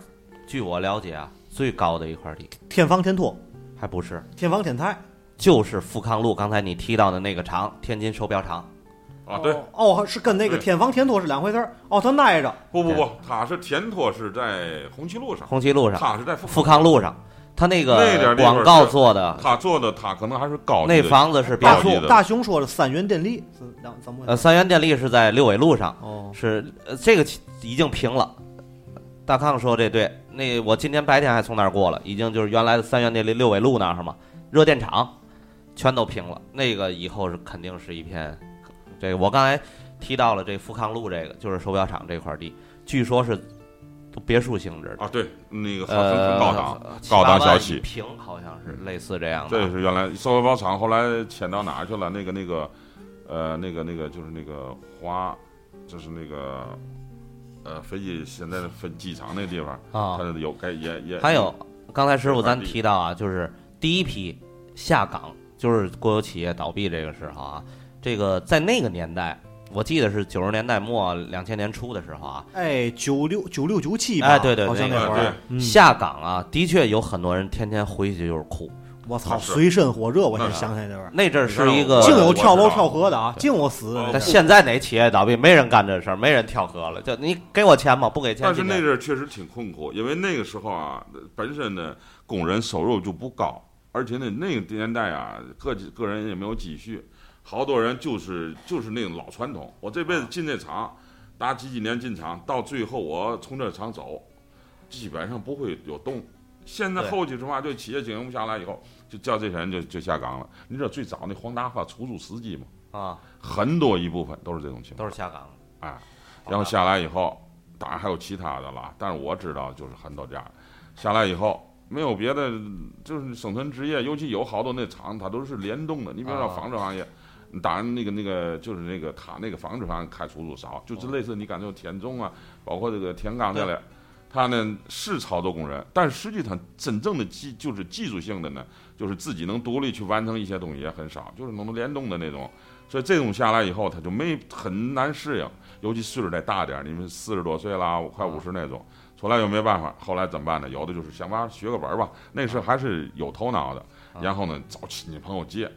C: 据我了解啊，最高的一块地
B: 天方天拓、
C: 还不是，
B: 天方天泰。
C: 就是富康路刚才你提到的那个厂，天津手表厂。
D: 啊，对，
B: 哦，是跟那个
D: 对
B: 天方天拓是两回事儿。哦，它挨着。
D: 不不不，他是田拓是在红旗路上，
C: 红旗路上、
D: 他是在
C: 富康路上，他那
D: 那点
C: 个
D: 儿地方
C: 广告做的
D: 他做的他可能还是高级
C: 那
D: 的
C: 房子是别
B: 大
D: 高级
C: 墅。
D: 的
B: 熊大熊说的三元电力是两怎么回
C: 呃，
B: 事？
C: 三元电力是在六纬路上，
B: 哦，
C: 是呃这个其已经平了。大康说这对，那我今天白天还从那儿过了，已经就是原来的三元那里六纬路那儿嘛，热电厂全都平了。那个以后是肯定是一片，这个我刚才提到了这富康路这个就是手表厂这块地，据说是都别墅性质的，
D: 啊，对，那个很
C: 呃，
D: 很高档，
C: 七
D: 高档
C: 八万
D: 小企
C: 一平好像是类似这样的
D: 这
C: 啊。
D: 是原来收购包厂，后来迁到哪儿去了？那个那个，呃，那个那个就是那个花，就是那个，呃，飞机现在的飞机场那个地方，
C: 啊
D: 它有该也也啊
C: 还有刚才师傅
D: 这块
C: 咱
D: 地
C: 提到啊，就是第一批下岗，就是国有企业倒闭这个时候啊，这个在那个年代，我记得是九十年代末两千年初的时候啊，
B: 哎，九六九六九七吧，
C: 哎对对
B: 好像
C: 那
B: 那
C: 个
B: 会
D: 呃
B: 儿。嗯
C: 下岗啊，的确有很多人天天回去就是哭。
B: 我操，
D: 那是
B: 水深火热，我现在
D: 那是呃
B: 想起来就是，
C: 那阵儿是一个
D: 我
B: 竟有
D: 我
B: 跳楼
D: 知道
B: 跳河的啊，竟有死的那
D: 哦
B: 种。
C: 但现在哪企业倒闭，没人干这事儿，没人跳河了。就你给我钱吧，不给钱。
D: 但是
C: 今天
D: 那阵儿确实挺困苦，因为那个时候啊，本身呢工人收入就不高，而且呢那个年代啊，个个人也没有积蓄，好多人就是就是那种老传统，我这辈
C: 啊
D: 子进这厂，打几几年进厂，到最后我从这厂走，基本上不会有动。现在
C: 对
D: 后期的话，就企业经营不下来以后，就叫这些人就就下岗了。你知道最早那黄达发出租司机吗？
C: 啊，
D: 很多一部分都是这种情况。
C: 都是下岗了。
D: 哎，然后下来以后，当然还有其他的了，但是我知道就是很多这样的。下来以后没有别的，就是生存职业，尤其有好多那厂它都是联动的。你比如说
C: 啊
D: 纺织行业，当然那个那个就是那个他那个纺织行业开出租少，就是类似你感觉田中啊，包括这个田刚这类。他呢是操作工人，但是实际上真正的技就是技术性的呢，就是自己能独立去完成一些东西也很少，就是能联动的那种。所以这种下来以后，他就没很难适应，尤其岁数再大点儿，你们四十多岁啦，我快五十那
C: 嗯
D: 种，从来就没办法。后来怎么办呢？有的就是想办法学个本儿吧，那时候还是有头脑的。
C: 嗯
D: 然后呢，找亲戚朋友借，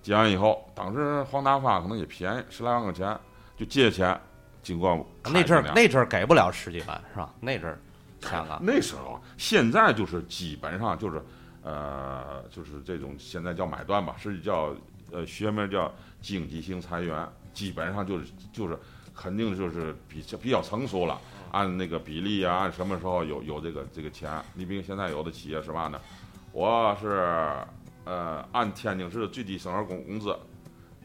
D: 借完以后，当时黄大发可能也便宜，十来万块钱就借钱。经过
C: 那阵儿
D: 砍一砍
C: 那阵儿给不了十几万是吧？那阵儿下岗
D: 那时候，现在就是基本上就是，呃，就是这种现在叫买断吧，是叫呃学名叫经济性裁员，基本上就是就是肯定就是比较比较成熟了，按那个比例啊，按什么时候有有这个这个钱，你比如现在有的企业是嘛呢？我是呃按天津市的最低生活工工资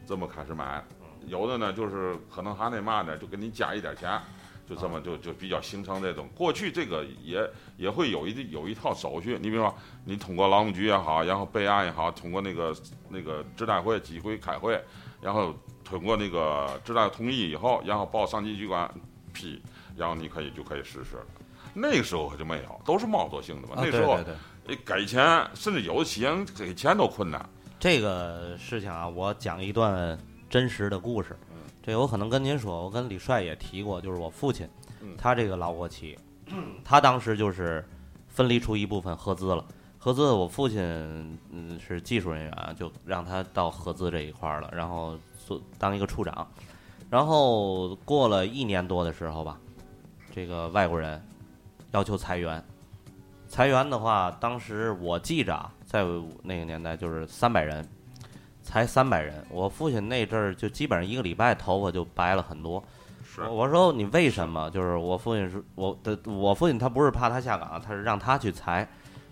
D: 这么开始买，有的呢就是可能还那嘛呢，就给你加一点钱。就这么就就比较形成这种。过去这个也也会有一有一套手续，你比如说你通过劳动局也好，然后备案也好，通过那个那个指代会几回开会，然后通过那个指代同意以后，然后报上级机关批，然后你可以就可以实施了。那个时候可就没有，都是冒头性的嘛。
C: 啊，
D: 那
C: 对
D: 时候
C: 对对，
D: 你给钱，甚至有的企业给钱都困难。
C: 这个事情啊，我讲一段真实的故事。这有可能跟您说，我跟李帅也提过，就是我父亲
D: 嗯，
C: 他这个老国企，他当时就是分离出一部分合资了。合资，我父亲嗯是技术人员啊，就让他到合资这一块儿了，然后做当一个处长。然后过了一年多的时候吧，这个外国人要求裁员。裁员的话，当时我记着啊，在那个年代就是三百人，才三百人。我父亲那阵儿就基本上一个礼拜头发就白了很多。
D: 是
C: 我我说你为什么？就是我父亲是我的，我父亲他不是怕他下岗，他是让他去裁。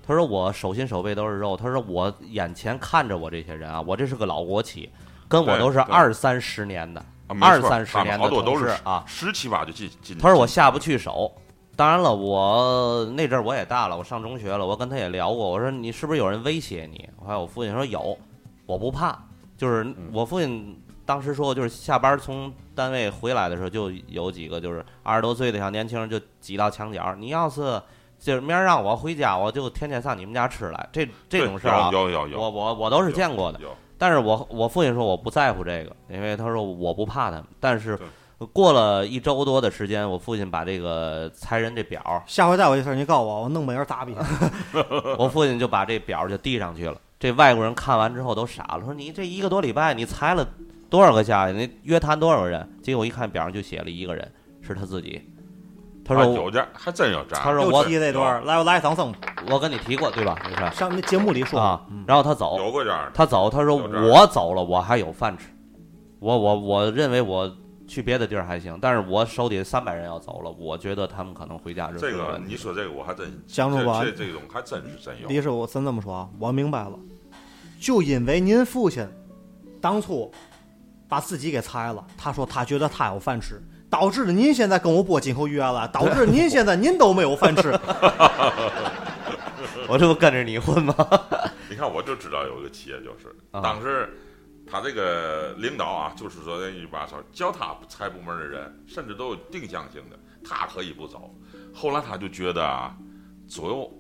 C: 他说我手心手背都是肉，他说我眼前看着我这些人啊，我这是个老国企，跟我
D: 对
C: 都是
D: 对
C: 二三十年的，
D: 啊没错
C: 二三十
D: 他们
C: 年
D: 好
C: 的
D: 多都
C: 同事
D: 是
C: 啊。
D: 十七八就进进。
C: 他说我下不去手。当然了，我那阵儿我也大了，我上中学了，我跟他也聊过，我说你是不是有人威胁你？还有我父亲说有，我不怕。就是
D: 嗯
C: 我父亲当时说，就是下班从单位回来的时候，就有几个就是二十多岁的小年轻人就挤到墙角儿，你要是就是明儿让我回家，我就天天上你们家吃来。这这种事儿啊
D: 对，有有有有，
C: 我我我都是见过的。
D: 有
C: 但是我我父亲说我不在乎这个，因为他说我不怕他们。但是
D: 对
C: 过了一周多的时间，我父亲把这个裁人这表
D: *laughs*
C: 儿，
B: 下回再有这事儿，你告诉我，我弄没人
C: *laughs*
B: 打比。
C: 我父亲就把这表儿就递上去了。这外国人看完之后都傻了，说你这一个多礼拜你裁了多少个下去？你约谈多少个人？结果一看表上就写了一个人，是他自己。他
D: 啊
C: 说
D: 有
C: 我
D: 这还真有这样。
C: 他说
B: 又
C: 我
B: 提这段儿，来我来一掌声。
C: 我跟你提过对吧？你说
B: 上那节目里说
C: 啊，然后他走，
D: 有过这样的。
C: 他走，他说
D: 有这样
C: 我走了，我还有饭吃，我我我认为我去别的地儿还行，但是我手底下三百人要走了，我觉得他们可能回家就
D: 这
C: 是
D: 个
C: 问题
D: 你说这个我还
C: *laughs*
D: 真
B: 江主管
D: 这这这种还真是真有。
B: 李师傅，咱这么说啊，我明白了，就因为您父亲当初把自己给裁了，他说他觉得他有饭吃，导致了您现在跟我播今后预言了，导致您现在您都没有饭吃。
C: 我这不跟着你混吗？
D: 你看我就知道有一个企业就是，
C: 啊
D: 当时他这个领导啊，就是说一把手，教他财部门的人，甚至都有定向性的，他可以不走。后来他就觉得啊，左右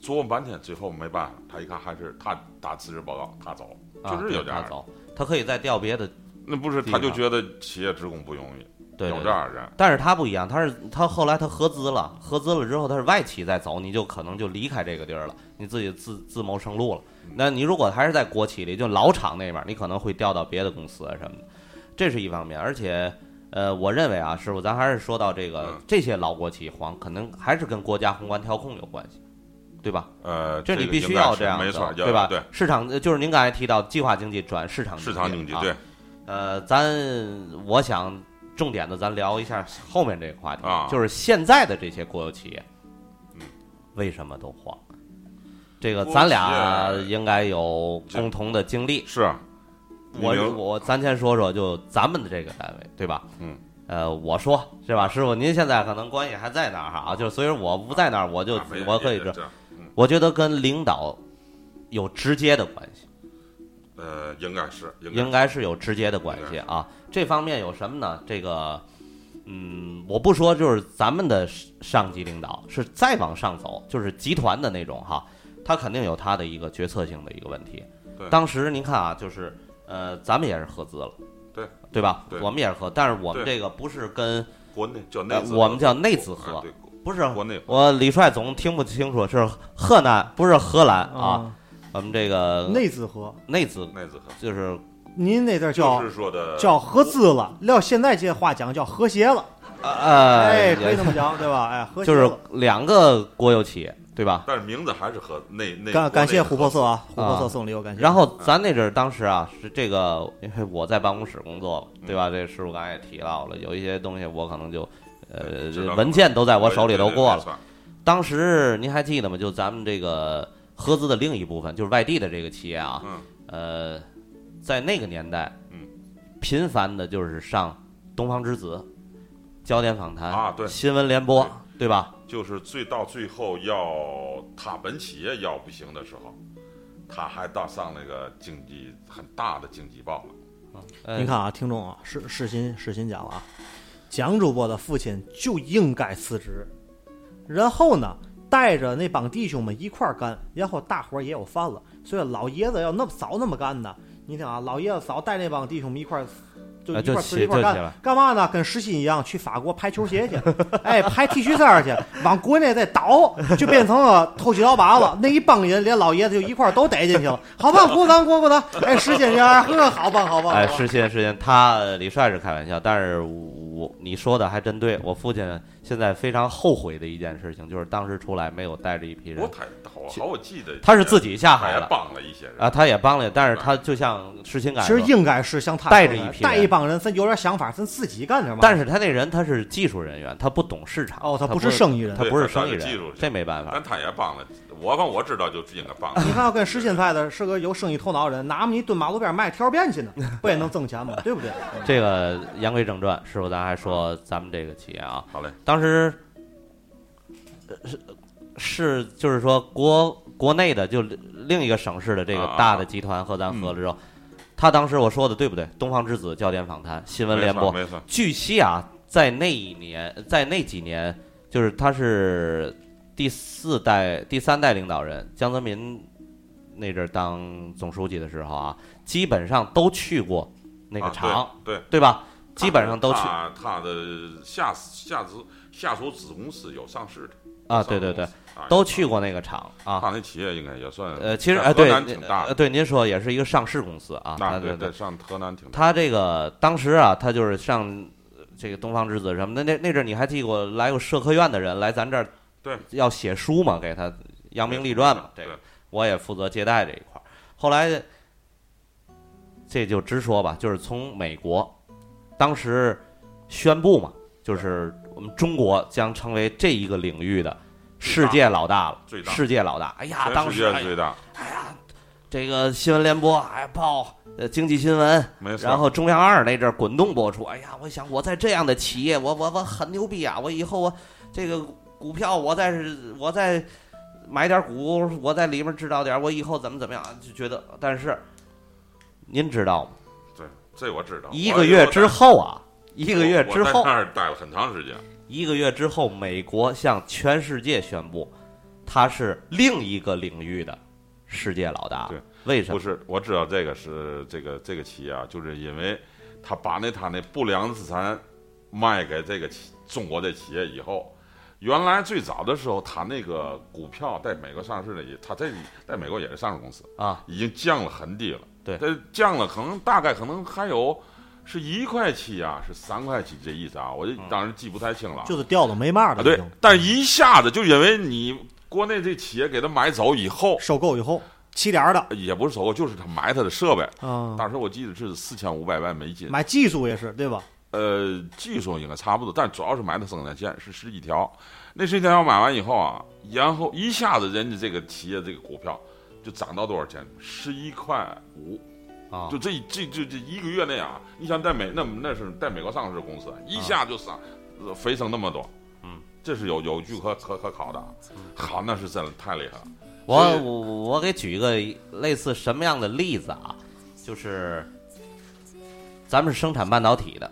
D: 琢磨半天，最后没办法，他一看还是他打辞职报告，他走，
C: 啊
D: 确实有这样
C: 他
D: 的。
C: 走，他可以再调别的
D: 那不是，
C: 地
D: 他就
C: 方
D: 觉得企业职工不容易，
C: 对
D: 有
C: 对
D: 这样的人，
C: 但是他不一样，他是他后来他合资了，合资了之后他是外企在走，你就可能就离开这个地儿了，你自己自自谋生路了。
D: 嗯
C: 那你如果还是在国企里，就老厂那边儿，你可能会调到别的公司啊什么的，这是一方面。而且，呃，我认为啊，师傅，咱还是说到这个
D: 嗯
C: 这些老国企黄，可能还是跟国家宏观调控有关系，对吧？
D: 呃，
C: 这你
D: 个
C: 必
D: 应
C: 须
D: 该
C: 要
D: 是
C: 这样
D: 没错
C: 走，
D: 要
C: 对吧？
D: 对，
C: 市场呃就是您刚才提到计划经济转市场
D: 市场经济
C: 啊
D: 对
C: 呃，咱我想重点的，咱聊一下后面这个话题，
D: 啊
C: 就是现在的这些国有企业，
D: 嗯
C: 为什么都黄？这个
D: 国有
C: 咱
D: 企
C: 俩
D: 业
C: 应该有
D: 这
C: 共同的经历。
D: 是。
C: 我
D: 你明
C: 我咱先说说，就咱们的这个单位，对吧？
D: 嗯。
C: 呃，我说是吧，师傅，您现在可能关系还在那儿哈，啊就是虽然我不在那儿，我就
D: 啊没
C: 我可以
D: 这
C: 这，
D: 这嗯
C: 我觉得跟领导有直接的关系。
D: 呃，应该是应
C: 应
D: 该
C: 该是有直接的关系啊。这方面有什么呢？这个，嗯，我不说，就是咱们的上级领导是再往上走，就是集团的那种哈，他肯定有他的一个决策性的一个问题
D: 对。
C: 当时您看啊，就是呃，咱们也是合资了，
D: 对
C: 对吧？
D: 对
C: 我们也是合，但是我们
D: 对
C: 这个不是跟
D: 国内叫内
C: 呃
D: 资合，
C: 我们叫内资
D: 啊
C: 合，
D: 对，
C: 不是。
D: 国内
C: 我李帅总听不清楚，是河南，不是荷兰 *laughs* 啊。
B: 啊，
C: 我们这个
B: 内资合，
C: 内资
D: 内资合，
C: 就是
B: 您那字儿叫
D: 就是说的
B: 叫合资了，撂现在这话讲叫和谐了，
C: 呃，
B: 哎，
C: 也
B: 可以这么讲，对吧？哎，和谐
C: 就是
B: 了。
C: 两个国有企业，对吧？
D: 但是名字还是和内内
B: 感感谢琥珀
D: 珀
B: 色啊，琥珀
C: 啊
B: 色送礼物，感谢。
C: 然后咱那阵儿当时啊，是这个，因为我在办公室工作嘛，对吧？这个师傅刚才也提到了，有一些东西我可能就，呃
D: 对知道，了
C: 文件都在我手里头过。
D: 对对对
C: 了。啊
D: 没错
C: 当时您还记得吗？就咱们这个合资的另一部分，就是外地的这个企业啊，
D: 嗯，
C: 呃，在那个年代，
D: 嗯，
C: 频繁的就是上东方之子、焦点访谈
D: 啊对
C: 新闻联播，对吧？
D: 就是最到最后要他本企业要不行的时候，他还到上那个经济很大的经济报了。
C: 呃
B: 您看啊，听众啊，是是心是心讲了啊，蒋主播的父亲就应该辞职，然后呢，带着那帮弟兄们一块儿干，然后大伙儿也有饭了。所以老爷子要那么早那么干呢，你听啊，老爷子早带那帮弟兄们一块儿。就
C: 啊
B: 一
C: 就
B: 块儿
C: 起
B: 辞一块儿
C: 就
B: 干
C: 起来，
B: 干嘛呢？跟石鑫一样去法国拍球鞋
C: *laughs*
B: 去，哎，拍 T 恤衫儿去，往国内再倒，就变成了偷鸡倒把
C: *laughs*
B: 了。那一帮人连老爷子就一块儿都逮进去了。好棒，鼓掌，鼓鼓掌！哎，石鑫这样，呵，好棒，好棒！
C: 哎，
B: 好棒
C: 是现是现，他呃李帅是开玩笑，但是我你说的还真对。我父亲现在非常后悔的一件事情，就是当时出来没有带着一批
D: 我
C: 人，
D: 太好好我记得
C: 他是自己下
D: 他
C: 海
D: 也
C: 了
D: 帮嗯了一些人
C: 啊，他也帮了，但是他就像施琴感
B: 其实
C: 说，
B: 应该是像他
C: 带着
B: 说的
C: 一批人
B: 带一帮人，咱有点想法，咱自己干点嘛。
C: 但是他那人他是技术人员，他不懂市场，
B: 哦，他
C: 他
B: 不是生意人
C: 他，
D: 对
C: 不是
D: 他他
C: 生
D: 是
C: 意
D: 技术
C: 人
D: 人，
C: 这没办法
D: 但。他也帮了我，反正我知道就应该帮。
C: 啊
D: *laughs*
B: 你看，要跟石鑫菜的是个有生意头脑的人，拿么一蹲马路边卖条便去呢，不也能挣钱吗？对
C: *laughs*
B: 不对？
C: 这个言归正传，师傅，咱还说咱们这个企业啊，
D: 好嘞，
C: 当时呃是是就是说国国内的就另一个省市的这个
D: 啊
C: 大的集团和咱合了之后，他当时我说的对不对？东方之子焦点访谈新闻
D: 没
C: 联
D: 错
C: 播，
D: 没错，
C: 据悉啊，在那一年，在那几年，就是他是第四代、第三代领导人江泽民那阵儿当总书记的时候啊，基本上都去过那个
D: 啊
C: 厂，
D: 对，对
C: 对吧？基本上都去
D: 他他的下下子下属子公司有上市的
C: 啊，对对对，，
D: 啊
C: 都去。过那个厂啊。
D: 他那企业应该也算
C: 呃，其实
D: 在
C: 哎，
D: 河
C: 对，
D: 南
C: 您
D: 挺大
C: 呃，
D: 的，
C: 对，您说也是一个上市公司啊，
D: 那
C: 对
D: 对，上河南挺大。
C: 他这个当时啊，他就是上呃这个东方之子什么的，那那阵儿你还记过来过社科院的人来咱这儿，
D: 对，
C: 要写书嘛，给他扬名立传嘛，这
D: 对
C: 个我也负责接待这一块儿。后来这就直说吧，就是从美国当时宣布嘛，就是我们中国将成为这一个领域的世界老大了，
D: 最大
C: 世界老大。哎呀，
D: 全
C: 当
D: 世
C: 时
D: 界
C: 哎呀
D: 最大，
C: 这个新闻联播，哎，报呃经济新闻，
D: 没错。
C: 然后中央二那阵儿滚动播出。哎呀，我想我在这样的企业，我我我很牛逼啊！我以后我这个股票，我再是我再买点股，我在里面知道点儿，我以后怎么怎么样，就觉得。但是您知道吗？
D: 对，这我知道。
C: 一个月之后啊，一
D: 一
C: 个月之后
D: 那，儿待了很长时间。
C: 一个月之后，美国向全世界宣布，它是另一个领域的世界老大
D: 对。
C: 为什
D: 不
C: 么？
D: 是，我知道这个是这个这个企业啊，就是因为他把那他那不良资产卖给这个企中国的企业以后，原来最早的时候，它那个股票在美国上市的也，它这里在美国也是上市公司，
C: 啊，
D: 已经降了很低了。
C: 对
D: 这降了可能大概可能还有是一块七啊，是三块七这意思啊，我就当时记不太清了啊。
B: 就是掉了没嘛
D: 啊，
B: 的，
D: 对，但一下子就因为你国内这企业给他买走以后，
B: 收购以后起点儿的，
D: 也不是收购，就是他买他的设备。
B: 嗯，
D: 当时我记得是四千五百万美金，
B: 买技术也是对吧？
D: 呃，技术应该差不多，但主要是买的生产线是十几条，那十几条买完以后啊，然后一下子人家这个企业这个股票就涨到多少钱？十一块五，
C: 啊
D: 就，这这这这一个月内啊，你想在美那那是在美国上市公司，一下就上、呃飞升那么多，
C: 啊嗯，
D: 这是有有据可可可考的啊，好，那是真的太厉害了。
C: 我我我给举一个类似什么样的例子啊？就是咱们是生产半导体的，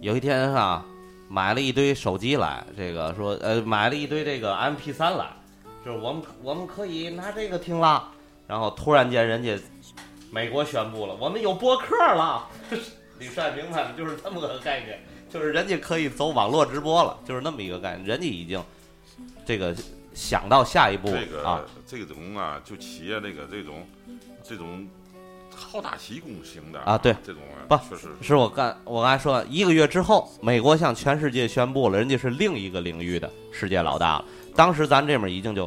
C: 有一天啊，买了一堆手机来，这个说呃买了一堆这个 MP 三来，就是我们我们可以拿这个听啦。然后突然间人家美国宣布了，我们有播客了。 *laughs* 李帅明白吗？就是这么个概念，就是人家可以走网络直播了，就是那么一个概念，人家已经这个想到下一步了
D: 这个、
C: 啊。
D: 这种啊，就企业那个这种这种好大喜功型的
C: 啊对
D: 这种啊
C: 不
D: 确实
C: 是我刚我刚才说一个月之后，美国向全世界宣布了，人家是另一个领域的世界老大了。当时咱这面已经就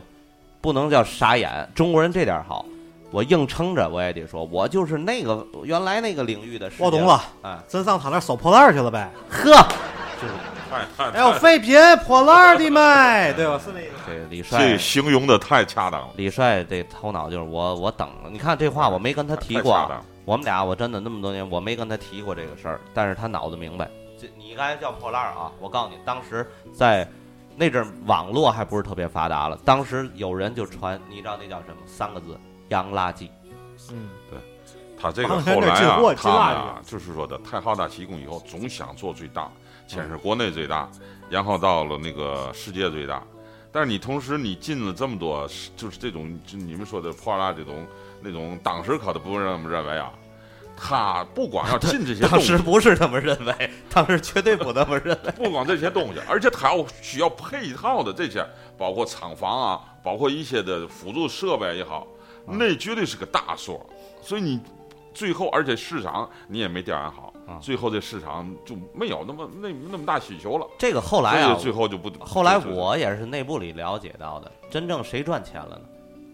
C: 不能叫傻眼，中国人这点好，我硬撑着我也得说，我就是那个原来那个领域的世界
B: 我懂了，
C: 啊，
B: 真上他那儿收破烂儿去了呗？
C: 呵，就是 *laughs*
D: 太太
B: 哎呦，
D: 太
B: 废品破烂儿的卖，对吧？是那个。
C: 这李帅
D: 这形容的太恰当了，
C: 李帅这头脑就是我，我等了。你看这话我没跟他提过
D: 太恰当
C: 啊
D: 了，
C: 我们俩我真的那么多年我没跟他提过这个事儿，但是他脑子明白。这你刚才叫破烂儿啊，我告诉你，当时在那阵儿网络还不是特别发达了，当时有人就传，你知道那叫什么三个字“洋垃圾
B: 嗯，
D: 他这个
B: 帮他
D: 后来
B: 这
D: 啊
B: 进货，进
D: 他们
B: 蜡
D: 啊，就是说的太好大喜功以后，总想做最大，
C: 嗯
D: 先是国内最大，然后到了那个世界最大。但是你同时你进了这么多，就是这种就你们说的破烂这种那种，当时可都不这么认为啊。他不
C: *laughs*
D: 光要进这”，些东
C: 当
D: 西
C: 时，不是这么认为，当时绝对不那么认为。
D: 不光这些东西，而且它要需要配套的这些，包括厂房啊，包括一些的辅助设备也好，
C: 啊
D: 那绝对是个大数。所以你最后，而且市场你也没调研好
C: 啊，
D: 最后这市场就没有那么那那么大需求了。
C: 这个后来
D: 所
C: 啊
D: 以，最后就不。
C: 后来
D: 就
C: 我也是内部里了解到的，真正谁赚钱了呢？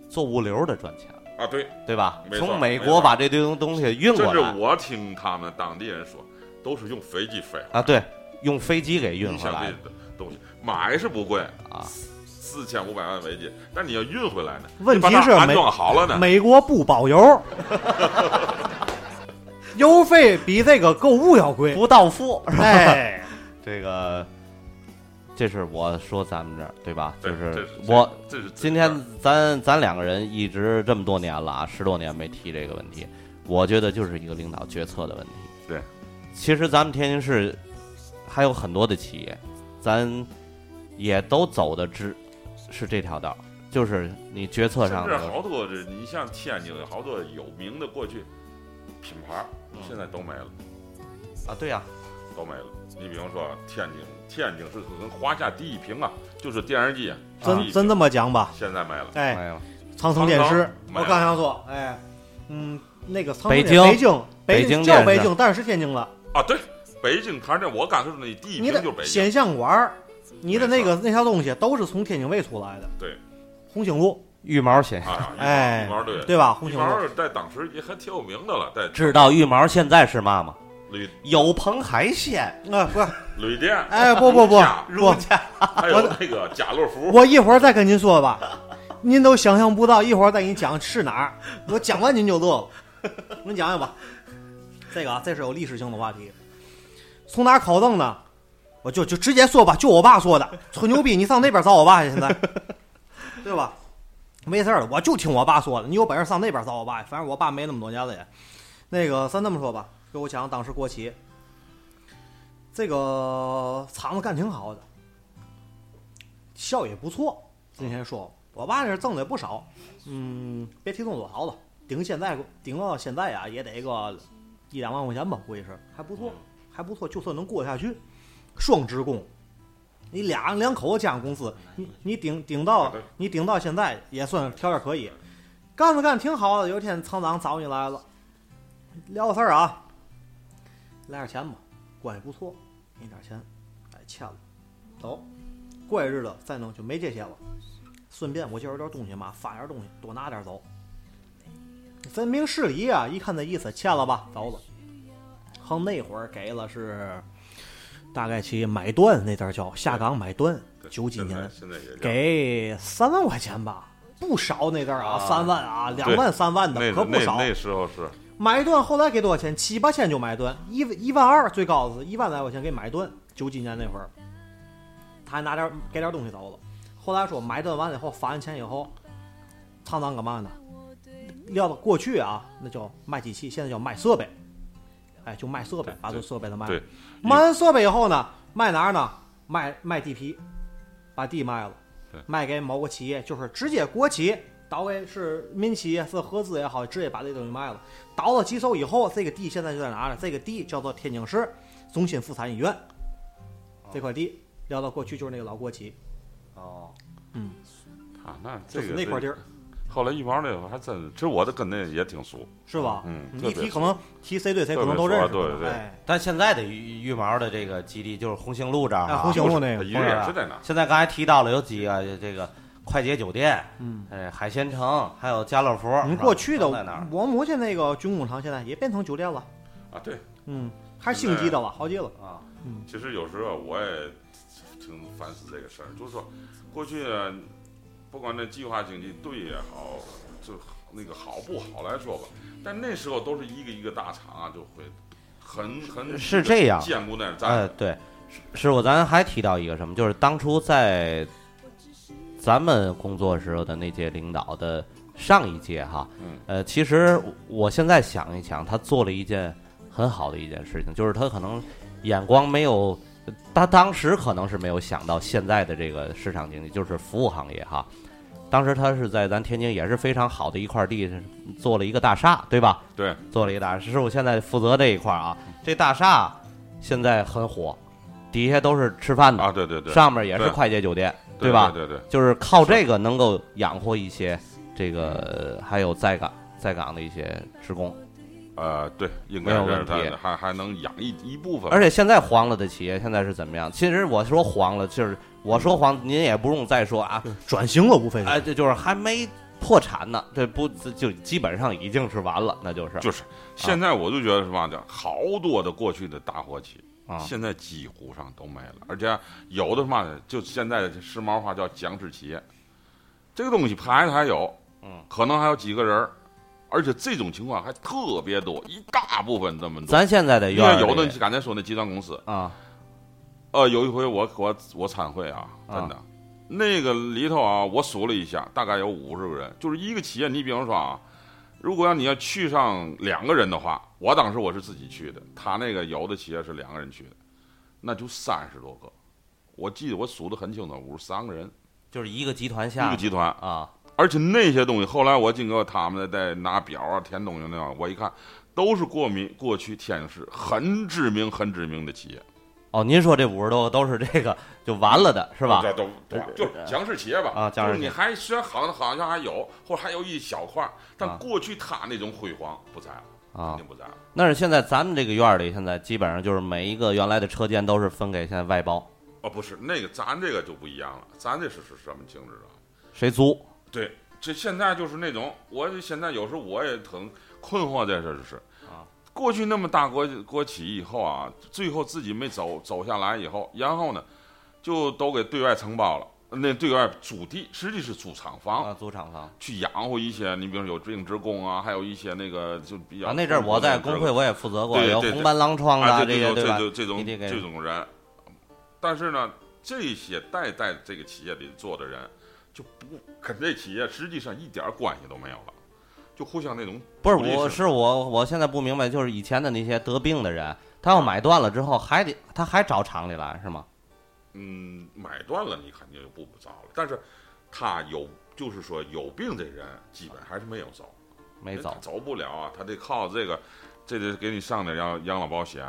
C: 做物流的赚钱了，
D: 啊，对，
C: 对吧？
D: 没错
C: 从美
D: 没
C: 国
D: 错
C: 把这堆东东西运
D: 甚
C: 过
D: 至
C: 来。
D: 我听他们当地人说，都是用飞机飞
C: 啊，对，用飞机给运
D: 你
C: 回
D: 想
C: 来
D: 这
C: 的
D: 东西买是不贵
C: 啊，
D: 四千五百万美金，但你要运回来呢，
B: 问
D: 你把
B: 题
D: 它
B: 是
D: 安
B: 没
D: 装好了呢，
B: 美国不包
D: *laughs*
B: 邮，邮费比这个购物要
D: *laughs*
B: 贵。
C: 不到付。
B: 哎，
C: 这个，这是我说咱们这儿对吧？就
D: 对这
C: 是
D: 是
C: 我
D: 这是
C: 今天咱咱两个人一直这么多年了啊，十多年没提这个问题，我觉得就是一个领导决策的问题。
D: 对，
C: 其实咱们天津市还有很多的企业，咱也都走的之是这条道儿，就是你决策
D: 甚
C: 上
D: 至
C: 的
D: 好多这，你像天津有好多有名的过去品牌儿，
B: 嗯
D: 现在都没了，
C: 啊，对呀、
D: 都没了。你比方说天津，天津是可能华夏第一屏啊，就是电视机啊，第一
B: 真
D: 屏
B: 真这么讲吧？
D: 现在没了。
B: 哎，
C: 没有。
B: 长城电视，
D: 没
B: 我
D: 有
B: 刚想说，哎，嗯，那个长城
C: 北
B: 电视北
C: 北
B: 京
C: 京
B: 叫
C: 电
B: 北
C: 视
B: 京，但是是天津了。
D: 啊，对，北京台这我刚才说那第一
B: 你
D: 屏
B: 的
D: 就是北京，
B: 显像管儿，你的那
D: 没
B: 个那条东西都是从天津卫出来的。
D: 对，
B: 红星路，
C: 羽毛险
D: 啊，
B: 哎
D: 羽毛对，
B: 对吧？红
D: 羽
B: 星路，
D: 毛在当时也还挺有名的了，在
C: 知道羽毛现在是嘛吗？
D: 旅
C: 有朋海鲜，
B: 啊，不是，
D: 旅店，
B: 哎，不不不
D: 家
B: 不，
D: 还有那个家乐福，
B: 我一会儿再跟您说吧，您都想象不到，一会儿再给你讲是哪儿。我讲完您就乐了，我给你讲讲吧。这个啊，这是有历史性的话题，从哪儿考证呢？我就就直接说吧，就我爸说的，吹牛逼，你上那边找我爸去，现在，对吧？没事儿了，我就听我爸说的，你有本事上那边找我爸去，反正我爸没那么多年了也。那个，咱这么说吧，给我讲当时国企，这个厂子干挺好的，效益不错。今天说，我爸这挣的也不少，嗯，别提挣多少了，顶现在顶到现在啊，也得个一两万块钱吧，估计是还不错，还不错，就算能过得下去。双职工，你俩两口子家公司，你你顶顶到
D: 对
B: 你顶到现在也算条件可以，干着干着挺好的。有一天厂长找你来了，聊个事儿啊，来点钱吧，关系不错，给你点钱，哎，欠了，走，过些日子再弄就没这些了。顺便我介绍点东西嘛，发点东西，多拿点走。分明是理啊！一看这意思，欠了吧，走吧。好，那会儿给了是大概其买断那阵儿叫下岗买断，九几
D: 现在
B: 年
D: 现在也叫
B: 给三万块钱吧，不少那阵儿啊，
C: 啊
B: 三万啊，两
D: 对
B: 万三万的
D: 那
B: 可不
D: 那
B: 少。
D: 那时候是
B: 买断后来给多少钱？七八千就买断，一一万二最高的是一万来块钱给买断。九几年那会儿，他还拿点给点东西走了。后来说买断完了以后，罚完钱以后，厂长干嘛呢？撂到过去啊，那叫卖机器，现在叫卖设备，哎，就卖设备，把这设备都卖了
D: 对。
B: 卖完设备以后呢，卖哪儿呢？卖卖地皮，把地卖了
D: 对，
B: 卖给某个企业，就是直接国企倒给是民企业是合资也好，直接把这东西卖了。倒了几手以后，这个地现在就在哪儿呢？这个地叫做天津市中心妇产医院，
D: 哦
B: 这块地聊到过去就是那个老国企，
C: 哦，
D: 啊，那
B: 就
D: 这
B: 是
D: 个
B: 那块地儿，
D: 后来一毛那会儿还真，其实我的跟那也挺熟，
B: 是吧？
D: 嗯
B: 你
D: 特
B: 一
D: 别
B: 提可
D: 熟
B: 能提谁对谁可能都认识，
D: 特别熟啊对对
B: 哎，
C: 但现在的育育毛的这个基地就是红星路这儿
B: 哎
C: 啊，
B: 红星路那
D: 他
B: 个
D: 一，直也是在那儿。
C: 现在刚才提到了有几个这个快捷酒店，
B: 嗯，
C: 哎，海鲜城，还有家乐福。
B: 你
C: 是吧
B: 过去的
C: 都在那儿
B: 我母亲那个军工厂现在也变成酒店了，
D: 啊，对，
B: 嗯，还星级的了，好极了，
C: 啊，
D: 其实有时候我也挺反思这个事儿，就是说，过去啊不管那计划经济对也好，就那个好不好来说吧，但那时候都是一个一个大厂啊，就会很很
C: 是这样
D: 坚固那儿
C: 哎，
D: 站。
C: 对，是是我咱还提到一个什么，就是当初在咱们工作时候的那届领导的上一届哈，
D: 嗯，
C: 呃，其实我现在想一想，他做了一件很好的一件事情，就是他可能眼光没有，他当时可能是没有想到现在的这个市场经济，就是服务行业哈。当时他是在咱天津也是非常好的一块地，做了一个大厦，对吧？
D: 对，
C: 做了一个大厦。师傅现在负责这一块啊，这大厦现在很火，底下都是吃饭的，
D: 啊，对对对，
C: 上面也是
D: 对
C: 快捷酒店，
D: 对
C: 吧？
D: 对对对，
C: 就是靠这个能够养活一些这个还有在岗在岗的一些职工，
D: 呃，对，应
C: 没
D: 该
C: 有
D: 是
C: 问题
D: 他还还能养一一部分。
C: 而且现在黄了的企业现在是怎么样？其实我说黄了，就是我说黄，您也不用再说啊，
B: 转型了无非是
C: 哎，这就是还没破产呢，这不这就基本上已经是完了，那就是
D: 就是现在，我就觉得是嘛的，好多的过去的大国企，
C: 啊，
D: 现在几乎上都没了，而且有的嘛的，就现在的时髦话叫强制企业，这个东西牌子还有，
C: 嗯，
D: 可能还有几个人儿，而且这种情况还特别多，一大部分这么多。
C: 咱现在的
D: 你
C: 院
D: 看，
C: 儿
D: 有的
C: 里
D: 你刚才说那集团公司，
C: 啊，
D: 呃，有一回我我我参会啊，真的，那个里头啊，我数了一下，大概有五十个人，就是一个企业。你比方说啊，如果要你要去上两个人的话，我当时我是自己去的，他那个有的企业是两个人去的，那就三十多个。我记得我数的很清楚，五十三个人，
C: 就是一个集团
D: 一
C: 下
D: 个集团。
C: 啊，
D: 而且那些东西，后来我经过他们在拿表啊、填东西那样，我一看，都是过民过去天津市很知名、很知名的企业，
C: 哦，您说这五十多个都是这个就完了的是吧？
D: 这都都就是强势企业吧
C: 啊强势
D: 就是
C: 企业
D: 你还虽然好好像还有，或者还有一小块儿，
C: 啊
D: 但过去他那种辉煌不在了，肯
C: 啊
D: 定，不在了。
C: 那是现在咱们这个院儿里现在基本上就是每一个原来的车间都是分给现在外包，
D: 哦，不是那个，咱这个就不一样了，咱这是是什么性质啊？
C: 谁租
D: 对，这现在就是那种，我就现在有时候我也挺困惑这事儿，就是
C: 啊，
D: 过去那么大国国企以后啊，最后自己没走走下来以后，然后呢，就都给对外承包了。那对外租地，实际是租厂房
C: 啊，租厂房。
D: 去养活一些，你比如有职应职工啊，还有一些那个就比较
C: 啊，那阵儿我在工会我也负责过，
D: 对
C: 有
D: 对
C: 红斑狼疮
D: 啊，
C: 这
D: 对
C: 些
D: 对
C: 吧？
D: 对这种
C: 你得给
D: 这种人，但是呢，这些代在这个企业里做的人，就不跟这企业实际上一点儿关系都没有了，就互相那种
C: 不是
D: 鼓励式
C: 我是我，我现在不明白，就是以前的那些得病的人，他要买断了之后，还得他还找厂里来是吗？
D: 嗯买断了，你肯定就不不造了。但是他有就是说有病这人，基本还是没有走。
C: 没
D: 他
C: 走
D: 走不了啊，他得靠这个，这得给你上点养养老保险，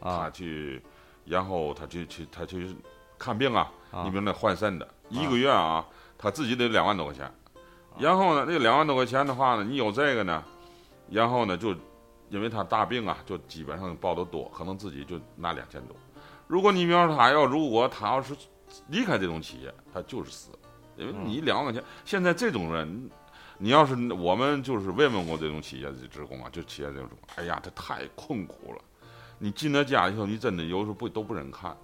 D: 他
C: 啊
D: 去然后他去去他去看病啊，
C: 啊
D: 你比如那换肾的，一个月啊，他自己得两万多块钱，然后呢，这两万多块钱的话呢，你有这个呢，然后呢就因为他大病啊，就基本上报的多，可能自己就拿两千多。如果你比方说他要如果他要是离开这种企业，他就是死，因为
B: 嗯
D: 你两万块钱，现在这种人。你要是我们就是问问过这种企业的职工啊，就企业这种，哎呀，这太困苦了。你进了家以后，你真的有时候不都不忍看，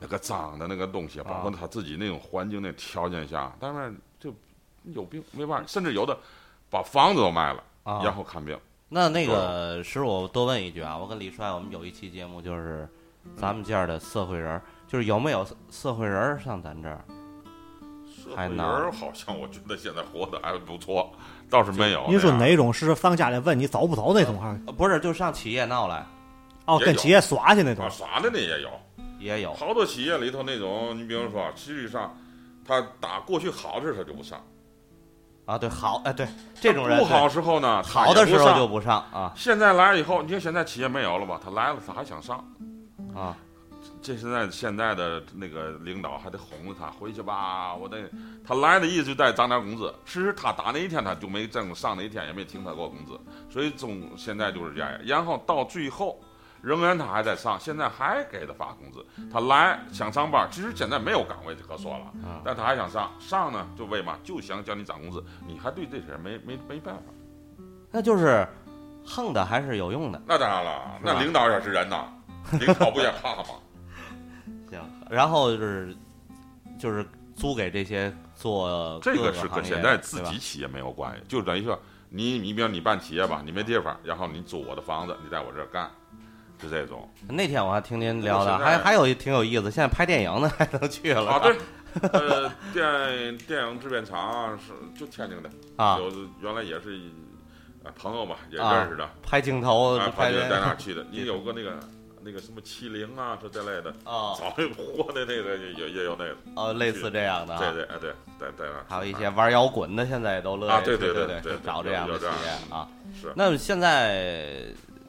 D: 那个脏的那个东
B: 啊
D: 西，包括他自己那种环境那条件下，当然就有病没办法，
B: 嗯
D: 甚至有的把房子都卖了，
C: 啊
D: 然后看病。
C: 那那个师傅，我多问一句啊，我跟李帅我们有一期节目就是咱们这儿的社会人儿，就是有没有社会人儿上咱这儿？
D: 社
C: 太
D: 会
C: 难
D: 人
C: 了
D: 儿好像我觉得现在活得还不错，倒是没有。哎
B: 您说
D: 那样
B: 哪种是上家里问你走不走那种哈？
C: 呃不是，就上企业闹来
B: 哦，
D: 嗯也
B: 跟
D: 有
B: 企业耍去那种
D: 啊，。耍的那也有，
C: 也有
D: 好多企业里头那种，你比如
C: 嗯
D: 说啊，实际上他打过去好的时候他就不上，
C: 啊，对，好，哎，对，这种人
D: 不好
C: 对
D: 时候呢，他
C: 好的
D: 也
C: 时
D: 不
C: 候
D: 上
C: 就不上啊
D: 现在来了以后，你看现在企业没有了吧？他来了，他还想上。
C: 啊，
D: 这现在现在的那个领导还得哄着他回去吧，我得他来的意思就带涨点工资。其实他打那一天他就没挣上那一天，也没听他给我工资，所以总现在就是这样。然后到最后，仍然他还在上，现在还给他发工资。他来想上班，其实现在没有岗位可说了，
C: 啊
D: 但他还想上，上呢就为嘛就想叫你涨工资，你还对这事儿没没没办法。
C: 那就是横的还是有用的。
D: 那当然了，
C: 是吧
D: 那领导也是
C: *laughs*
D: 人呐，领导不也怕吗？
C: 行，然后就是就是租给这些做
D: 这
C: 各
D: 个是
C: 行
D: 跟
C: 业
D: 现在自己企业没有关系，就等于说你你比如你办企业吧，你没地方，然后你租我的房子，你在我这儿干，就这种
C: 对吧那天我还听您聊的，
D: 不过现在
C: 还还有一挺有意思，现在拍电影的 *laughs* 还能去了
D: 啊对，呃电电影制片厂是就天津的，
C: 啊
D: 有原来也是一呃朋友吧，也
C: 啊
D: 认识的，
C: 拍镜头
D: 哎，
C: 拍
D: 他就
C: 人
D: 在那儿去的，你有个那个那个什么麒麟啊这之类的，
C: 啊
D: 早就活的那个也也有那个，
C: 哦，类似这样的啊，
D: 对对哎对，在在那儿
C: 还有一些玩摇滚的，现在也都乐意
D: 啊对
C: 对
D: 对
C: 对
D: 对对对
C: 找这样的
D: 有
C: 企
D: 这样
C: 业啊。
D: 是
C: 那么现在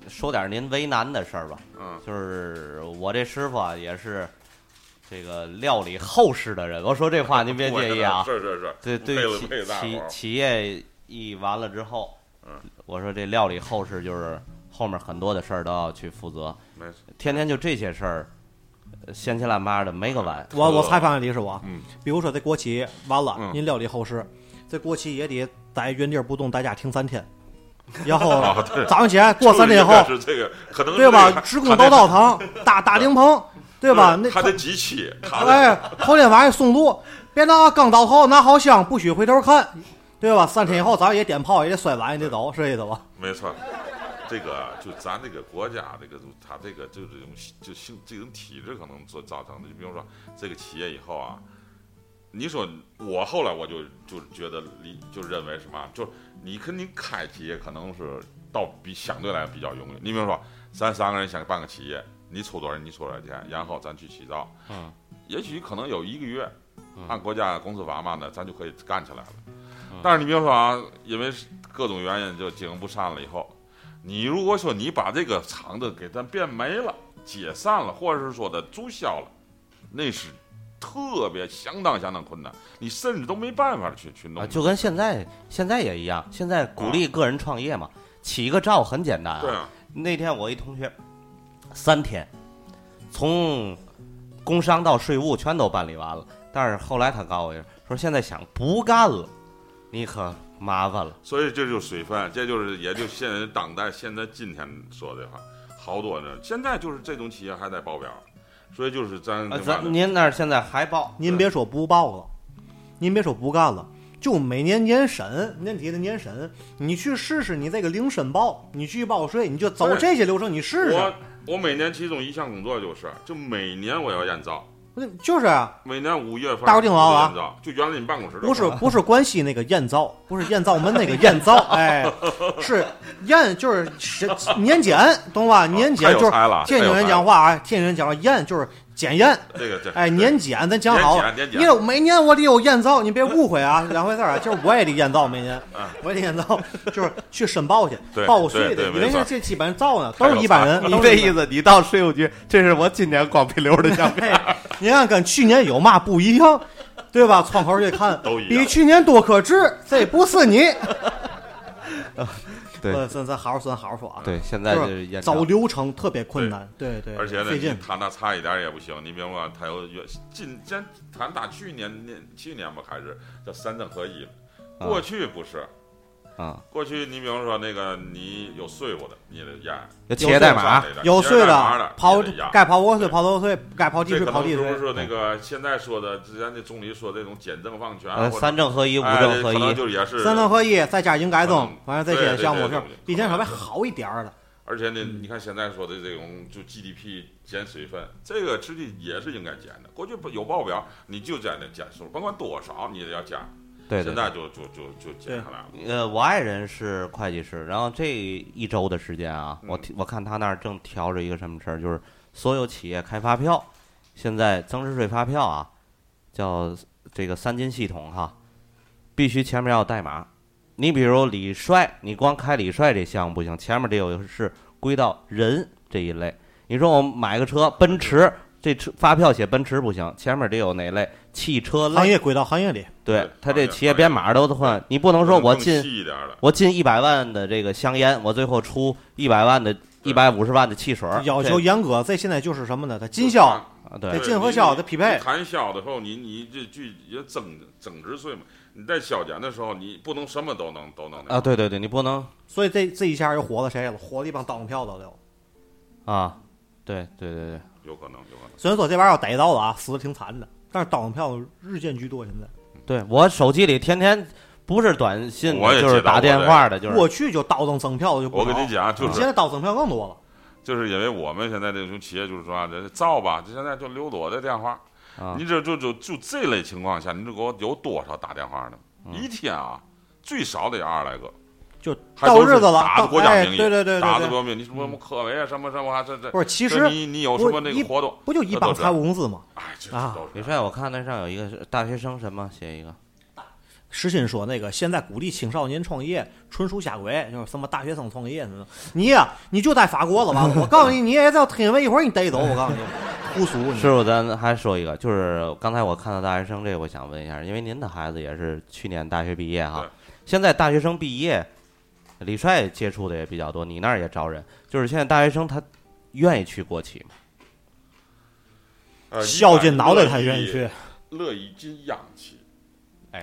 C: 说点您为难的事儿吧，
D: 嗯
C: 就是我这师傅啊，也是这个料理厚实的人。我说这话您别介
D: *laughs*
C: 意啊，
D: 是是是，
C: 对
D: 为
C: 对
D: 了为
C: 企
D: 了大伙
C: 企
D: 儿
C: 企业一完了之后，
D: 嗯，
C: 我说这料理后事就是后面很多的事儿都要去负责，
D: 没事
C: 天天就这些事儿，呃闲七烂八的没个完。
B: 我我采访一下李师傅啊，
D: 嗯，
B: 比如说这国企完了，
D: 嗯
B: 您料理后事，这国企也得在原地儿不动，在家停三
D: *laughs*
B: 天，然后
D: 哦对
B: 早上起来过三天后，
D: 是这个可能是
B: 对吧
D: 这？个嗯
B: 职工都到堂，打打顶棚，对吧？那
D: 他得集齐，他得
B: 哎，头天晚上送路，别闹啊，刚到头拿好香，不许回头看，对吧？三天以后咱也点炮，也得摔碗，也得走，是这意思吧？
D: 没错。这个啊就咱这个国家，这个他这个就这种就性这种体制可能造造成的。就比如说这个企业以后啊，你说我后来我就就觉得理就认为什么啊，就是你肯定开企业可能是到比相对来比较容易。你比如说，咱三个人想办个企业，你出多少人，你出多少钱，然后咱去起造，
C: 嗯，
D: 也许可能有一个月
C: 嗯，
D: 按国家公司法嘛的，咱就可以干起来了
C: 嗯。
D: 但是你比如说啊，因为各种原因就经营不善了以后，你如果说你把这个厂子给咱变没了、解散了，或者是说的注销了，那是特别相当相当困难，你甚至都没办法去去弄。嗯
C: 啊，就跟现在现在也一样，现在鼓励个人创业嘛，起一个照很简单啊。
D: 对啊，
C: 那天我一同学，三天，从工商到税务全都办理完了，但是后来他告诉我一声，说现在想不干了，你可麻烦了。
D: 所以这就是水分，这就是也就现在当代现在今天说的话，好多人现在就是这种企业还在报表，所以就是咱
C: 啊，
D: 这
C: 咱
D: 完了
C: 您那儿现在还报
B: 您别说不报了，您别说不干了，就每年年审年底的年审，你去试试你这个零申报，你去报税，你就走
D: 对
B: 这些流程，你试试
D: 我。我每年其中一项工作就是，就每年我要验照，
B: 那就是啊，
D: 每年五月份
B: 大伙儿听好了啊
D: 验照，就原来你办公室的
B: 不是不是关西那个艳造，不是艳造门那个艳
D: *laughs*
B: 造，哎，是艳就是是年检，懂吧？年检
D: 哦太有
B: 就是
D: 才了
B: 天津人讲话啊，天津人讲话艳就是检验，
D: 这个 *laughs* 这
B: 哎，年检咱讲好了
D: 年检，年检
B: 因为我每年我得有验照，你别误会啊，两回事儿啊，就是我也得验照，每
D: *laughs*
B: 年我也得验照，就是去申报去
D: 啊对，
B: 报个税的，
D: 对对
B: 因为
D: 没错
B: 这基本照呢，都是一般人，
C: 你
B: 都是
C: 这
B: 一般
C: 意
D: *laughs*
B: 人。
C: 思，你到税务局，这是我今年光屁溜的奖品。
B: 哎，你看跟去年有嘛不一样，对吧？窗口一看，
D: 都一样
B: 比去年多可治，这不是你。
C: 对
B: 呃，咱咱好好咱好好说啊。
C: 对，现在
B: 就
C: 就是
B: 是
C: 验
B: 走
C: 证
B: 流程特别困难，对对，
D: 而且呢，
B: 费
D: 你
B: 劲。
D: 谈那差一点儿也不行。你比方说，他有原今咱谈他去年年去年吧，还是叫三证合一。
C: 啊
D: 过去不是，
C: 啊，
D: 过去你比方说那个你有税务的，你得验；
C: 要企业代码啊
D: 上来的
B: 有税
D: 你是干嘛的
B: 刨
D: 你得验
B: 该刨国税
D: 对
B: 刨国税，该刨地
D: 这
B: 税
D: 可
B: 刨
D: 能
B: 地
D: 是
B: 税。
D: 不是那个现在说的，之前那总理说这种简政放权，
C: 呃，
D: 或者
C: 三证合一，五
D: 哎
C: 证合
D: 可能
C: 一，
D: 就是也是嗯
B: 三证合一，再加营改增，反正这
D: 对
B: 些
D: 对
B: 项目
D: 对
B: 是
D: 对对
B: 比以前稍微好一点儿的。
D: 而且呢，
B: 嗯
D: 你看现在说的这种就 GDP 减水分，这个实际也是应该减的。过去不有报表，你就在那减数，甭管多少你也要加。
C: 对对
D: 现
C: 对。
D: 在就就就就减下来了。
C: 呃，我爱人是会计师，然后这一周的时间啊，我
D: 嗯
C: 听我看他那儿正调着一个什么事儿，就是所有企业开发票，现在增值税发票啊，叫这个三金系统哈，必须前面要有代码。你比如李帅，你光开李帅这项目不行，前面得有是归到人这一类。你说我买个车，奔驰这车发票写奔驰不行，前面得有哪类汽车
B: 行
C: 类？
B: 业归到行业里，
C: 对
D: 对
C: 他这
D: 行业
C: 企业编码都得换，你不能说我
D: 更
C: 进。
D: 细一点的，
C: 我进一百万的这个香烟，我最后出一百万的、一百五十万的汽水儿，
B: 要求
C: 这
B: 严格。这现在就是什么呢？它进销，
C: 啊
B: 对
C: 对
D: 对
B: 进和销得匹配
D: 你谈销的时候，你你这具也增增值税嘛，你在销减的时候，你不能什么都能都能那
C: 啊，对对对，你不能
B: 所以这这一下又火了谁了？火了一帮当票的了。
C: 啊，对对对对，
D: 有可能有可能。
B: 虽然说这玩意儿要逮到了啊，死的挺惨的，但是当票日渐居多。现在
C: 对我手机里天天不是短信
D: 我
C: 的，
D: 也
C: 就是
D: 接到
C: 打
D: 过
C: 电
D: 这
C: 话的，就是
B: 过去就倒腾增票的就不
D: 我
B: 少
D: 跟你讲，就
B: 现
C: 嗯
D: 是
B: 在倒增票更多了。
D: 就是因为我们现在这种企业就是说啊，这造吧，这现在就留我的电话，
C: 啊
D: 你这就就就这类情况下，你这给我有多少打电话的？
B: 嗯
D: 一天啊，最少得有二十来个，
B: 就
D: 还
B: 到
D: 都是
B: 日子了，
D: 打着国家
B: 哎
D: 名义，
B: 对对对
D: 打
B: 对
D: 着
B: 对，嗯
D: 国家名义，你什么科委啊，什么什么啊，这这
B: 不是，其
D: 这
B: 实
D: 你啊你有什么那
B: 不一
D: 个活动？
B: 不就一帮财务公司吗？
D: 哎，这
B: 啊
D: 都
C: 李
D: 是
C: 帅，我看那上有一个是大学生什么写一个
B: 石鑫说那个现在鼓励青少年创业，纯属瞎鬼，就是什么大学生创业什么的。你呀、你就在法国了吧？我告诉你，你也在听闻一会儿你逮走，我告诉你，胡俗
D: 嗯
B: 你。
C: 师傅，咱还说一个，就是刚才我看到大学生这，我想问一下，因为您的孩子也是去年大学毕业哈
D: 对，
C: 现在大学生毕业，李帅接触的也比较多，你那儿也招人，就是现在大学生他愿意去国企吗？
D: 呃
B: 孝尽脑袋才愿意去，，
D: 乐意进央企。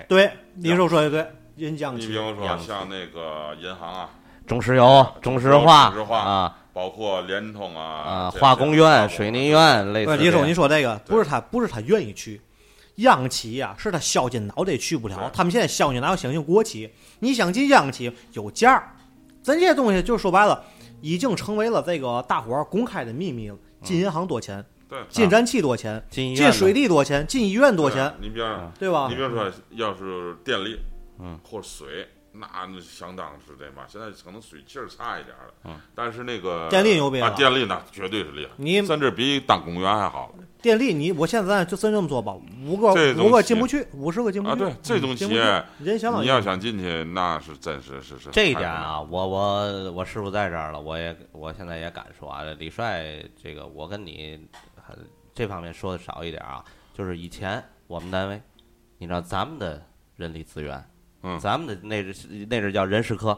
B: 对，你说说的对，人将
D: 你比
B: 起，
D: 方
C: 央
D: 说
C: 企
D: 像那个银行啊，
C: 中石油、中石化、
D: 中石化
C: 啊
D: 包括联通啊
C: 啊，
D: 这
C: 化工院、水泥，院类
B: 不是
C: 似。
B: 李总，你说
C: 说，
B: 这个不是他，不是他愿意去。央企呀、是他孝尽脑袋去不了
D: 对。
B: 他们现在孝敬哪有想进国企？你想进央企有价儿，咱这些东西就说白了，已经成为了这个大伙儿公开的秘密了。进银行多钱，
D: 这这
B: 进燃气多钱，
C: 进医院
B: 进
C: 呢
B: 水利多钱，进医院
D: 对
B: 多钱，嗯
D: 你比方
C: 啊
B: 对吧
D: 你？比方说，要是电力，
C: 嗯，
D: 或者水，那那相当是这嘛。现在可能水气儿差一点儿了，
C: 嗯，
D: 但是那个
B: 电力牛逼
D: 啊，
B: 了
D: 电力那绝对是厉害，
B: 你
D: 甚至比当公务员还好
B: 电力，你我现在就真这么说吧，五个
D: 这种
B: 五个
D: 企业
B: 进不去，五十个进不
D: 啊。
B: 去。嗯
D: 对，这种
B: 进
D: 企
B: 不去
D: 业，
B: 人相当
D: 你
B: 于
D: 要想进去，那是真是是是
C: 这一点啊，，我我我师傅在这儿了，我也我现在也敢说啊，李帅这个我跟你呃这方面说的少一点啊，就是以前我们单位，你知道咱们的人力资源，
D: 嗯
C: 咱们的那是那是叫人事科，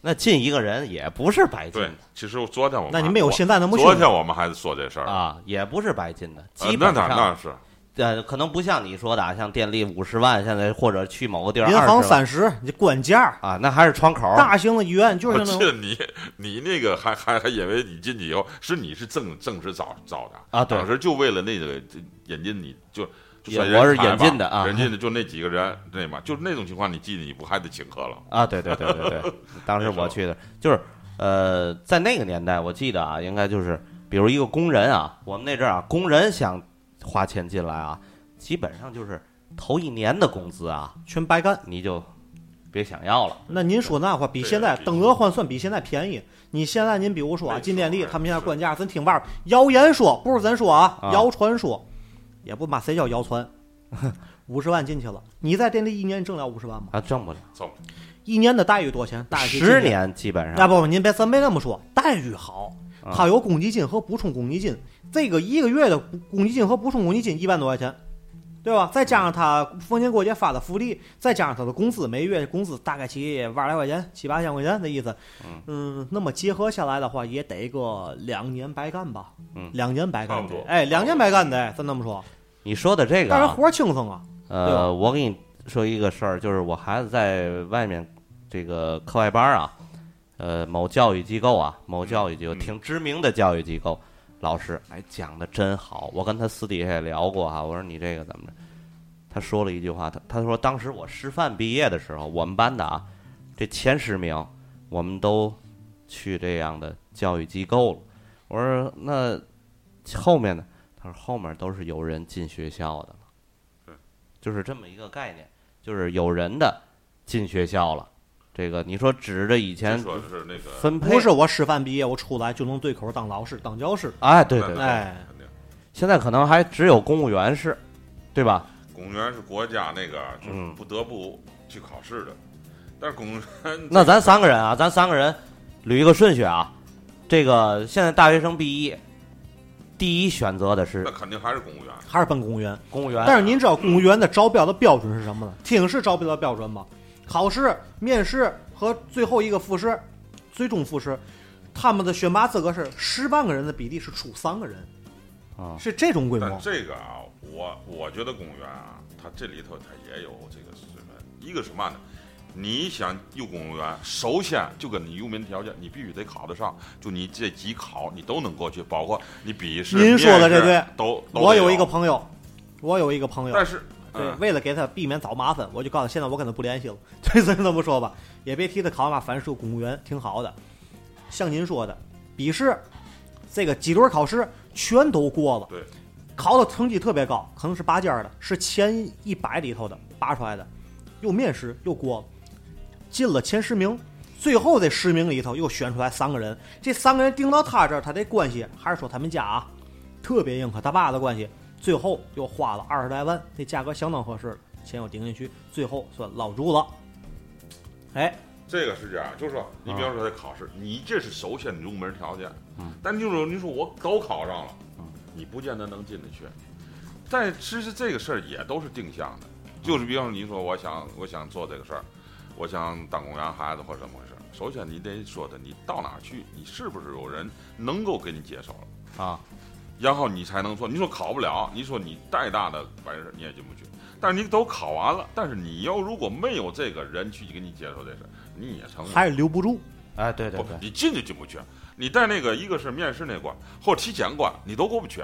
C: 那进一个人也不是白进
D: 对，其实我昨天我们
B: 那你
D: 还
B: 没有
D: 我
B: 现在那么
D: 昨
B: 凶
D: 天我们还说这事儿
C: 的，啊，也不是白进的，
D: 呃
C: 基
D: 那
C: 本
D: 那
C: 上
D: 那是
C: 呃可能不像你说的，啊，像电力五十万，现在或者去某个地儿
B: 银行
C: 20万
B: 三十，你管价儿，
C: 啊，那还是窗口
B: 大型的医院就是
D: 我
B: 那
D: 记
B: 种
D: 得你你那个还还还因为你进去以后是你是正正式找找的
C: 啊对
D: 当时就为了那个这引进你就就
C: 也
D: 算
C: 我是
D: 人才
C: 引
D: 吧
C: 进的啊
D: 引进的就那几个人对嘛，就那种情况你进去你不还得请客了？
C: 啊，对对对对对，当时我去的，就是呃，在那个年代，我记得啊，应该就是比如一个工人啊，我们那阵儿啊，工人想花钱进来啊，基本上就是头一年的工资啊，
B: 全白干。
C: 你就别想要了。
B: 那您说那话，比
D: 对
B: 现在
D: 比
B: 等额换算比现在便宜。你现在您比如说啊，
D: 没错
B: 进电力
D: 哎
B: 他们现在
D: 是
B: 官价，咱听外边谣言说，不是咱说啊，
C: 啊
B: 谣传说，也不嘛谁叫谣传， *laughs* 五十万进去了，你在电力一年挣了五十万吗？
C: 啊，挣不了，
B: 一年的待遇多少钱？大约
C: 十年基本
B: 啊
C: 上
B: 不不，您别咱别那么说，待遇好，
C: 啊
B: 它有公积金和补充公积金，这个一个月的公积金和补充公积金一万多块钱，对吧？再加上他逢年过节发的福利，再加上他的工资，每月工资大概七万来块钱，七八千块钱的意思。嗯，那么结合下来的话，也得个两年白干吧？
C: 嗯
B: 两年白
D: 差
B: 干
D: 不
B: 得
D: 多，
B: 哎，两年白干得，咱那么说，
C: 你说的这个
B: 但是
C: 啊，
B: 活儿轻松啊。对吧
C: 呃，我给你说一个事儿，就是我孩子在外面这个课外班儿啊，呃，某教育机构啊，某教育机构
D: 嗯
C: 挺知名的教育机构，老师哎讲的真好，我跟他私底下也聊过哈、我说你这个怎么着？他说了一句话，他他说当时我师范毕业的时候，我们班的啊，这前十名我们都去这样的教育机构了。我说那后面呢？他说后面都是有人进学校的
D: 对
C: 了，就是这么一个概念，就是有人的进学校了。这个你说指着以前
D: 就说是那个，
C: 分配
B: 不是我师范毕业，我出来就能对口当老师、当教师。
C: 哎，对对对，
B: 哎
D: 肯定，
C: 现在可能还只有公务员是，对吧？
D: 公务员是国家那个就是
C: 嗯
D: 不得不去考试的，但是公务员
C: 那咱三个人啊，咱三个人捋一个顺序啊。这个现在大学生毕业，第一选择的是
D: 那肯定还是公务员，
B: 还是奔公务员。
C: 公务员，
B: 但是您知道公务员的招标的标准是什么呢？挺是招标的标准吗？考试、面试和最后一个复试，最终复试，他们的选拔资格是十万个人的比例是出三个人，
C: 啊
B: 是这种规模
D: 但。这个啊，我我觉得公务员啊，他这里头他也有这个水分。一个是嘛呢？你想用公务员，首先就跟你用民条件，你必须得考得上，就你这几考你都能过去，包括你笔试。
B: 您说的
D: 面试
B: 这对
D: 都都
B: 我
D: 得有
B: 有一个，朋友，我有一个朋友，
D: 但是
B: 对，
D: 嗯，
B: 为了给他避免找麻烦，我就告诉他，现在我跟他不联系了。 *laughs* 这咱这么说吧，也别提他考嘛，反正是个公务员，挺好的。像您说的，笔试，这个几轮考试全都过了，
D: 对，
B: 考的成绩特别高，可能是拔尖儿的，是前一百里头的拔出来的，又面试又过了，进了前十名。最后这十名里头又选出来三个人，这三个人盯到他这儿，他这关系还是说他们家啊，特别硬和他爸的关系，最后又花了二十来万，这价格相当合适了，钱又顶进去，最后算捞住了。哎，
D: 这个是这样，就是说，你比方说在考试，你这是首先你入门条件，
C: 啊嗯，
D: 但就是说你说我都考上了，
C: 嗯，
D: 你不见得能进得去。但其实这个事儿也都是定向的，
C: 嗯
D: 就是比方说你说我想我想做这个事儿，我想当公务员孩子或者怎么回事儿，首先你得说的你到哪儿去，你是不是有人能够给你接受了，
C: 啊，
D: 然后你才能做。你说考不了，你说你再大的本事你也进不去，但是你都考完了，但是你要如果没有这个人去给你接受这事儿，你也成不了。
B: 还是留不住。
C: 哎，对对
D: 不
C: 对，，
D: 你进就进不去。啊你带那个一个是面试那关，或者体检关，你都过不去。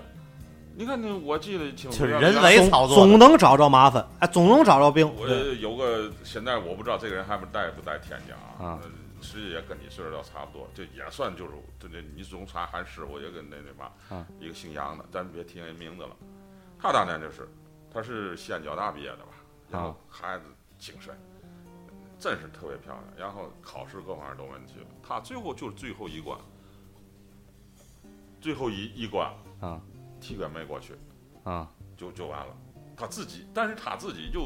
D: 你看那我记得挺
C: 就是人为
B: 总
C: 操作的
B: 总能找着麻烦，哎，总能找着病。
D: 我
B: 对
D: 有个现在我不知道这个人还不在不在天津啊
C: 啊，
D: 呃实际也跟你岁数倒差不多，这也算就是这这你总查韩师傅也跟那那嘛
C: 啊，
D: 一个姓杨的，咱别提人名字了。他当年就是，他是西安交大毕业的吧，然后
C: 啊
D: 孩子精神，真是特别漂亮，然后考试各方面都没问题。他最后就是最后一关，最后一一关
C: 啊
D: 体检没过去，
C: 啊，
D: 就就完了。他自己，但是他自己就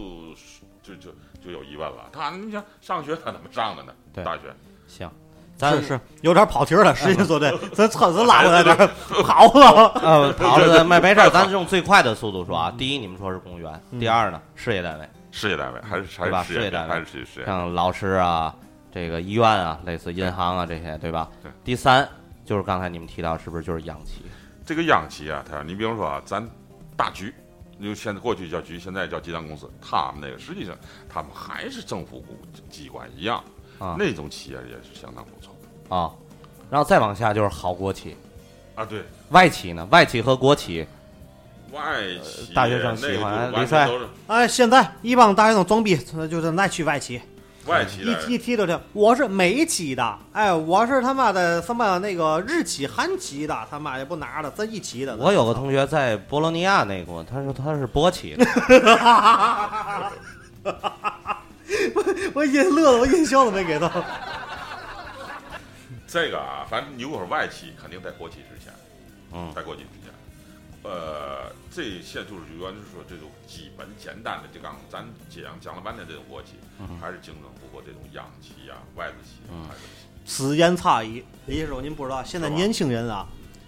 D: 就就就有疑问了。他你想上学他怎么上的呢？
C: 对
D: 大学
C: 行，咱
B: 是是有点跑题儿了，实际说对，咱操，咱拉回来点儿，跑了。 *laughs*
D: *laughs*
C: 呃，好了，没没事儿，咱用最快的速度说啊。第一，你们说是公务员；
B: 嗯
C: 第二呢，事业单位，
D: 事业单位还是还
C: 对吧
D: 是事业
C: 事业单位嗯
D: 还是事业事业
C: 像老师啊、这个医院啊、类似银行啊这些，对吧？
D: 对
C: 第三就是刚才你们提到，是不是就是央企？
D: 这个央企啊，他你比方说啊，咱大局，因为现在过去叫局，现在叫集团公司，他们那个实际上他们还是政府股机关一样，
C: 啊
D: 那种企业也是相当不错
C: 啊，然后再往下就是好国企、
D: 啊。对，
C: 外企呢？外企和国企
D: 外企、
C: 呃大学生
D: 那
C: 喜欢
D: 个就
C: 李
D: 完
C: 帅
D: 全都是
B: 哎，现在一帮大学生装逼，就是爱去外企，
D: 外
C: 嗯
D: 企的
B: 一一提就这，我是美企的，哎，我是他妈的什么那个日企、韩企的，他妈也不拿了，咱一起的。
C: 我有个同学在博洛尼亚那国，他说他是波企的，
B: 我音乐了，我音效都没给到。
D: 这个啊，反正你如果是外企，肯定在国企之前，
C: 嗯
D: 在国企之前。呃，这现在就是原来就是说这种基本简单的，就刚咱讲讲了半天这种国企，
C: 嗯
D: 还是竞争不过这种央企啊、外资企业、还是
B: 此言差矣。李先生，您不知道，现在
D: 是吧
B: 年轻人啊，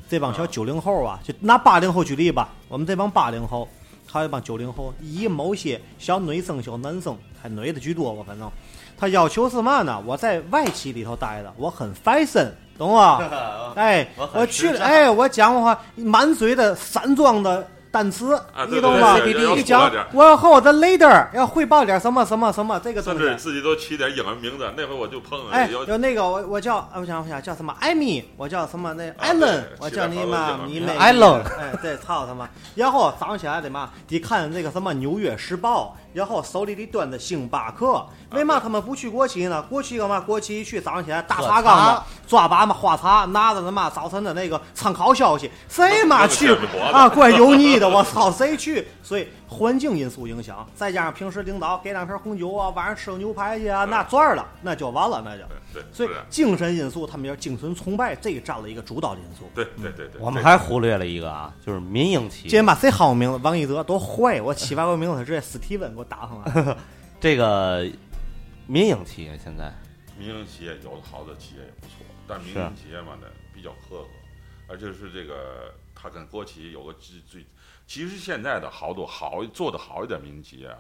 B: 这帮小
D: 啊
B: 九零后啊，就拿八零后举例吧，我们这帮八零后，还有一帮九零后，以某些小女生、小男生，还女的居多吧，反正他要求是嘛呢？我在外企里头待着，我很 fashion，懂吗？
D: *laughs*
B: 哎，
C: 我很
B: 我去
C: 时
B: 了，
C: 尚
B: 哎，我讲话满嘴的散装的单词，
D: 啊
B: 你
D: 对
B: 懂
D: 对
B: 吗？
D: 对对要
B: 一讲
D: 说点儿
B: 我要和我的 leader 要汇报点什么什么什么这个东
D: 甚
B: 西，
D: 至自己都起点英文名字。那回我就碰了，
B: 哎，
D: 有
B: 有那个我我叫哎我想我想叫什么艾米，我叫什么那艾伦
D: 啊对，
B: 我
D: 是
B: 叫
D: 的
B: 你
D: 好多
B: 妈
D: 地方
B: 你
D: 有
B: 妹
C: 艾伦
B: 哎，对，操他妈！然后早上起来得嘛，得看那个什么《纽约时报》，然后手里得端着星巴克。
D: 啊
B: 为嘛他们不去国企呢？国企干嘛？国企一去早上起来大
C: 喝
B: 茶缸子
C: 茶
B: 抓把嘛花茶，拿着他妈早晨的那个参考消息，谁妈
D: 那个
B: 去
D: 见不得
B: 啊？怪油腻的，我操，谁去？所以环境因素影响，再加上平时领导给两瓶红酒啊，晚上吃个牛排去啊，那赚儿了，那就完了，那就。
D: 对
B: 所以
D: 是的
B: 精神因素，他们要精神崇拜，这个占了一个主导的因素。
D: 对对对对，
C: 我们
D: 这
C: 还忽略了一个啊，就是民营企
B: 今天
C: 业。
B: 把谁喊我名字？王一泽多坏！我起外国名字，他直接史蒂文给我打上来。
C: 这个民营企业现在
D: 民营企业有的好的企业也不错，但民
C: 是啊
D: 营企业嘛呢比较苛刻，而且是这个它跟国企有个最最，其实现在的好多好做的好一点民营企业啊，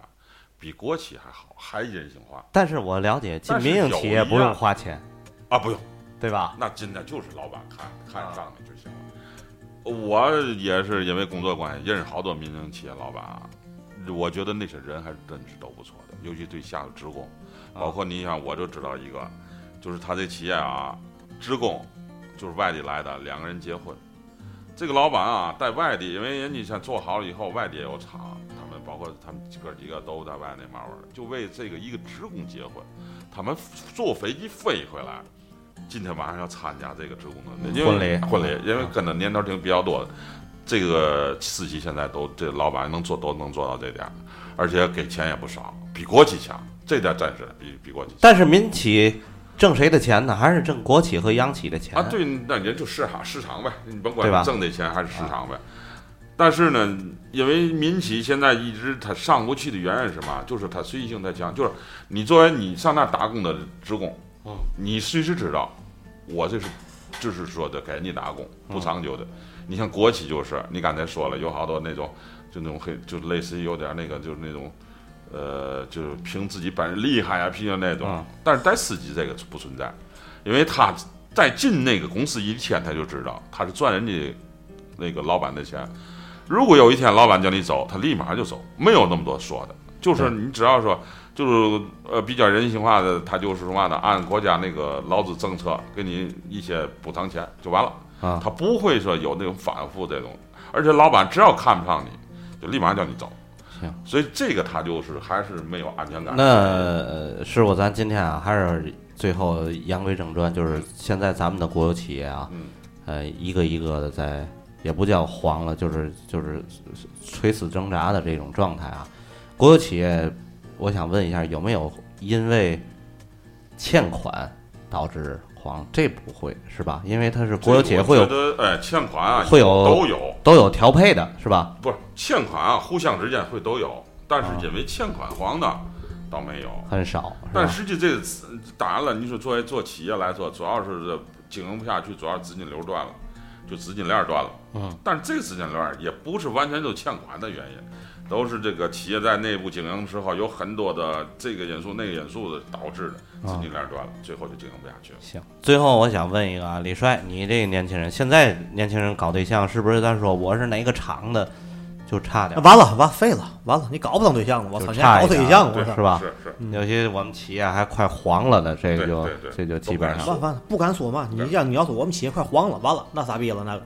D: 比国企还好，还人性化
C: 但是我了解，进
D: 但是
C: 民营企业
D: 有一
C: 不用
D: 样
C: 花钱，
D: 啊，不用，
C: 对吧？
D: 那真的就是老板看看上你就行了。我也是因为工作关系认识好多民营企业老板啊，我觉得那些人还真是都不错的，尤其对下属职工，包括你想，我就知道一个，就是他这企业啊，职工就是外地来的，两个人结婚，这个老板啊在外地，因为人家像做好了以后，外地也有厂，他们包括他们哥几个都在外那忙玩，就为这个一个职工结婚，他们坐飞机飞回来。今天晚上要参加这个职工的因为
C: 婚礼
D: 婚礼，因为跟着年头挺比较多的，这个司机现在都这老板能做都能做到这点儿，而且给钱也不少，比国企强，这点真是比比国企强
C: 但是民企挣谁的钱呢？还是挣国企和央企的钱
D: 啊。对，那人就市场市场呗，你甭
C: 对吧啊
D: 管挣的钱还是市场呗。但是呢，因为民企现在一直它上不去的原因是什么？就是它随意性太强，就是你作为你上那打工的职工，你随时知道，我这是就是说的给你打工不长久的。你像国企就是，你刚才说了，有好多那种就那种黑，就类似于有点那个，就是那种。呃，就是凭自己本事厉害啊，凭那种，
C: 嗯
D: 但是在司机这个不存在，因为他在进那个公司一天，他就知道他是赚人家那个老板的钱。如果有一天老板叫你走，他立马就走，没有那么多说的，就是你只要说就是呃比较人性化的，他就是什么呢？按国家那个劳资政策给你一些补偿钱就完了，
C: 啊
D: 他不会说有那种反复这种，而且老板只要看不上你，就立马叫你走。
C: 行，
D: 所以这个他就是还是没有安全感。
C: 那呃师傅，咱今天啊，还是最后言归正传，就是现在咱们的国有企业啊，
D: 嗯
C: 呃，一个一个的在，也不叫黄了，就是就是呃垂死挣扎的这种状态啊。国有企业，我想问一下，有没有因为欠款导致黄？这不会是吧？因为它是国有企业会
D: 我
C: 有
D: 觉得哎欠款啊
C: 会有
D: 都有，
C: 都有调配的是吧？
D: 不是欠款啊，互相之间会都有，但是因为欠款黄的倒没
B: 啊
D: 有。
C: 很少，是
D: 但
C: 吧
D: 实际这个资当然了，你说作为做企业来说，主要是这呃经营不下去，主要是资金流断了，就资金链断了。
C: 嗯，
D: 但是这个资金链儿也不是完全就欠款的原因，都是这个企业在内部经营的时候有很多的这个因素、那个因素的导致的，资金链断了，最后就经营不下去了。
C: 行，最后我想问一个啊，李帅，你这个年轻人，现在年轻人搞对象是不是咱说我是哪个厂的，就差点儿，
B: 完了，完废了，完了，你啊搞不上对象了，我操，
C: 就
B: 你还
C: 差
B: 搞
C: 一点
B: 对象，我
D: 对，
B: 操
C: 是！吧
D: 是是，
C: 有些我们企业还快黄了的，这
D: 对
C: 就
D: 对对
C: 这就基本
D: 都
C: 上
D: 敢
B: 完完了不敢说嘛，你要你要说我们企业快黄了，完了那傻逼了那个，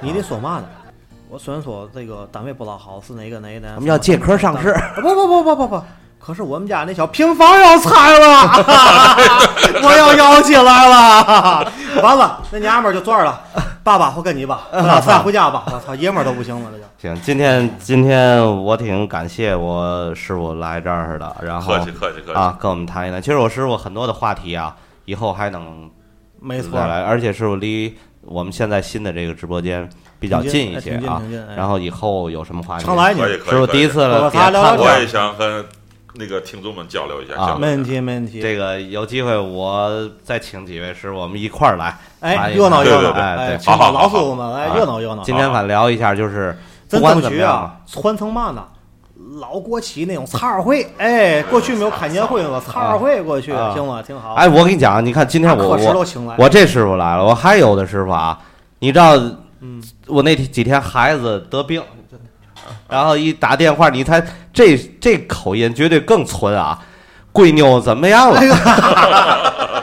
B: 你得说嘛呢？我虽然说这个单位不老好，是哪个哪个呢？
C: 我们要借壳上市，
B: 不不不不不不，可是我们家那小平房要拆了，我要摇起来了。完了，那娘们儿就这儿了。爸爸，我跟你吧，咱俩咱俩回家吧。我操，爷们儿都不行了，这就。
C: 行，今天今天我挺感谢我师傅来这儿的，然后
D: 客气客气客气，
C: 啊，跟我们谈一谈。其实我师傅很多的话题啊，以后还能
B: 没错
C: 再，来，而且师傅离我们现在新的这个直播间比较近一些
B: 挺近
C: 啊
B: 挺近。哎
C: 然后以后有什么话题，
B: 常来你
D: 可以
B: 们。
D: 可以。
C: 师傅第一次
B: 我
C: 来，
B: 咱聊聊
C: 看
D: 我
C: 过
B: 天
D: 也想和那个听众们交流一下，
C: 啊
D: 交流一下
B: 没问题，没问题。
C: 这个有机会我再请几位师傅，我们一块儿来，
B: 哎，
C: 哎
B: 热闹
D: 对
B: 热
D: 对
B: 闹，
D: 对
B: 哎，
C: 对
B: 请
D: 好好
B: 老
D: 好
B: 师傅们来
C: 啊
B: 热闹热闹。
C: 今天反聊一下，就是不
B: 咱
C: 管
B: 争
C: 怎么
B: 取
C: 样
B: 啊
C: 吧，，
B: 传承嘛呢？老国企那种菜儿
C: *laughs*
B: 会，哎，过去没有开年会嘛，菜儿会过去，
C: 啊
B: 行吗？挺好。
C: 哎，，我跟你讲，你看今天我
B: 课时都
C: 我
B: 请来，
C: 我这师傅来了，我还有的师傅啊，你知道，
B: 嗯
C: 我那天几天孩子得病，然后一打电话，你猜这这口音绝对更纯啊！闺妞怎么样了？
B: 哎
C: *laughs*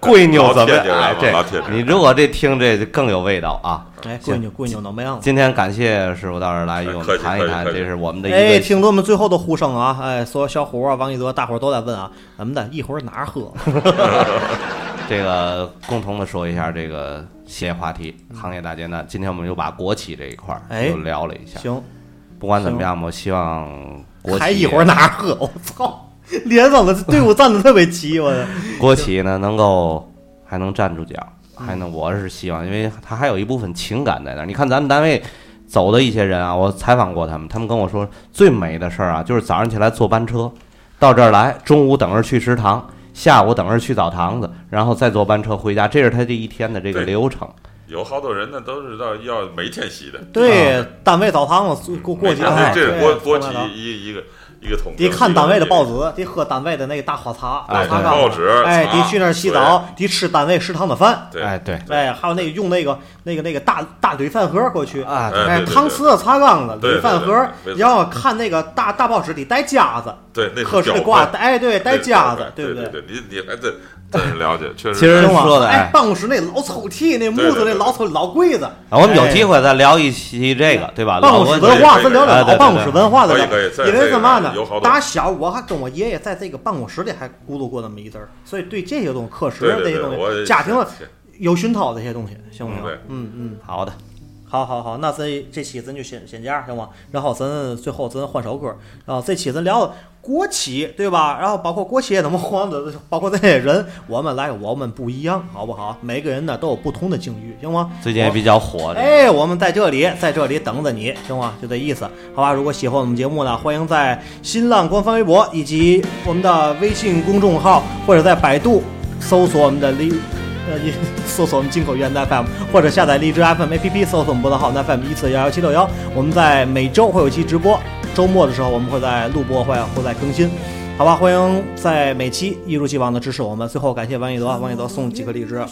C: 闺妞怎么
D: 老铁姐
C: 样？
D: 了
C: 哎，
D: 老
C: 这
D: 铁姐
C: 你如果这听这就更有味道啊！
B: 哎，闺
C: 行
B: 女闺女能没样子？
C: 今天感谢师傅到这儿来与我
D: 哎客
C: 们
D: 气
C: 谈一
D: 客气
C: 谈，
D: 客气
C: 这是我们的
B: 哎，
C: 一个
B: 听众们最后的呼声啊！哎，所有小伙啊、王一泽，大伙儿都在问啊，怎么的？一会儿哪儿
C: *laughs*
B: 喝？
C: 这个共同的说一下这个企业话题、行业大劫难。今天我们又把国企这一块
B: 嗯哎
C: 儿又聊了一下。
B: 行，
C: 不管怎么样，我希望国啊企
B: 还一会儿哪儿喝？ *laughs* 我操！连上了，这队伍站的特别齐，我的。
C: *laughs* 国企呢能够还能站住脚，
B: 嗯
C: 还能我是希望，因为他还有一部分情感在那儿。你看咱们单位走的一些人啊，我采访过他们，他们跟我说最美的事儿啊，就是早上起来坐班车到这儿来，中午等着去食堂。下午等着去澡堂子，然后再坐班车回家，这是他这一天的这个
D: 对
C: 流程。
D: 有好多人呢都是要要每天洗的，
B: 对，单位澡堂子过过
D: 每
B: 节
D: 天
B: 哎
D: 这是
B: 对
D: 国国
B: 上
D: 企
B: 班堂
D: 一一个一个桶。
B: 得看单位的报
D: 一
B: 纸
D: 个，
B: 得喝单位的那个大花茶，
C: 哎
B: 大
C: 对
B: 茶
C: 报
D: 纸啊
B: 哎，
D: 茶
B: 得去那儿洗澡，得吃单位食堂的饭，
D: 对，
C: 哎，对，
B: 哎，还有那个用那个那个那个大大铝饭盒过去
C: 啊
D: 对
B: 哎，
D: 对对
B: 搪瓷的、茶缸子、
D: 对
B: 铝饭盒
D: 对对对，
B: 然后看那个大大报纸得带夹子，
D: 对，那
B: 课
D: 是
B: 时
D: 教
B: 得挂，
D: 会
B: 哎，对，带夹子，
D: 对
B: 不
D: 对？？对你你还真真了解，确
B: *laughs*
D: 实。
C: 其实
B: 行吗
C: 说的
B: 哎
C: 哎，
B: 办公室那老抽屉、那木头、
D: 对对
B: 那
D: 对
B: 老抽、老柜子，
C: 啊，我们有机
B: 会。
C: 会再聊一期这个，对吧？
B: 哎办公
C: 老
B: 室
C: 文
B: 文化，
D: 可以
B: 咱
D: 可以
B: 聊聊
C: 哎对
B: 老
C: 对
B: 办公室哦文化的聊
D: 可以可以
B: 因为什么呢
D: 这个有好？多
B: 打小我还跟我爷爷在这个办公室里还咕噜过那么一阵儿，所以对这些东西、课时
D: 对
B: 这
D: 对
B: 些
D: 对，
B: 东
D: 我也
B: 西、家庭的
D: 是
B: 有熏陶这些东西，行不行
D: 嗯对？
B: 嗯嗯，
C: 好的，
B: 好好好，那咱这期咱就先先这样，行吗？然后咱最后咱换首歌，然后这期咱聊国企，对吧？然后包括国企也怎么换的，包括这些人，我们来，我们不一样，好不好？每个人呢都有不同的境遇，行吗？
C: 最近也比较火，
B: 哎，我们在这里，在这里等着你，行吗？就这意思，好吧？如果喜欢我们节目呢，欢迎在新浪官方微博以及我们的微信公众号，或者在百度搜索我们的荔，呃，你 *laughs* 搜索我们进口源的 FM，或者下载荔枝 FM APP，搜索我们播报号 FM 一四幺幺七六幺。我们在每周会有一期直播，周末的时候我们会在录播会会在更新。好吧，欢迎在每期一如既往的支持我们。最后感谢王一德，王一德送几颗荔枝，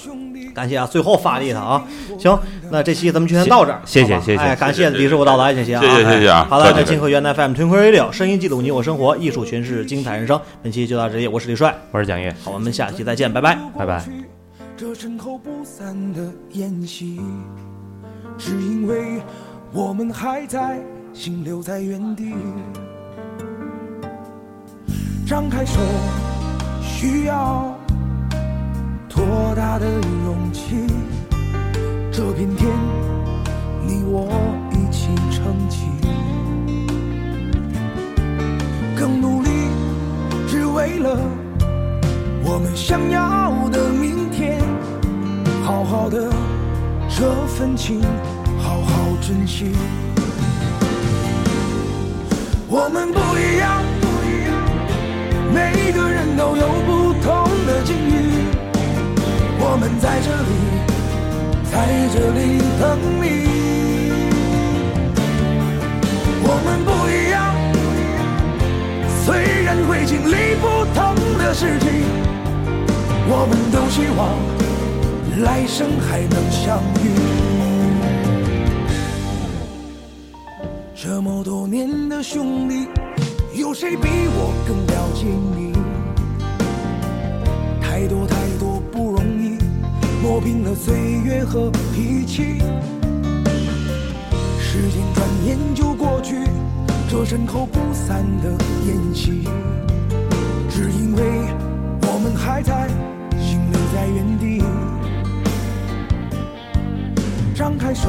B: 感谢啊！最后发力的啊，行，那这期咱们就先到这儿，
C: 谢谢
B: 好吧
C: 谢谢
B: 哎，感谢
D: 谢谢
B: 李师傅到来，谢谢啊，
D: 谢谢谢谢啊
B: 好了，
D: 客气
B: 这
D: 客气
B: 金和源南 FM Twin Radio 声音记录你我生活，艺术诠释精彩人生。本期就到这里，我是李帅，
C: 我是蒋越。
B: 好，我们下期再见，拜拜。
C: 拜拜。
E: 这身后不散的宴席，只因为我们还在，心留在原地。张开手，需要多大的勇气？这片天，你我一起撑起。更努力，只为了。我们想要的明天，好好的这份情，好好珍惜。我们不一样，不一样，每个人都有不同的境遇。我们在这里，在这里等你。我们不一样，不一样，虽然会经历不同的事情，我们都希望来生还能相遇。这么多年的兄弟，有谁比我更了解你？太多太多不容易，磨平了岁月和脾气。时间转眼就过去，这身后不散的宴席，只因为我们还在停留在原地。张开手，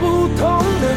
E: 不同的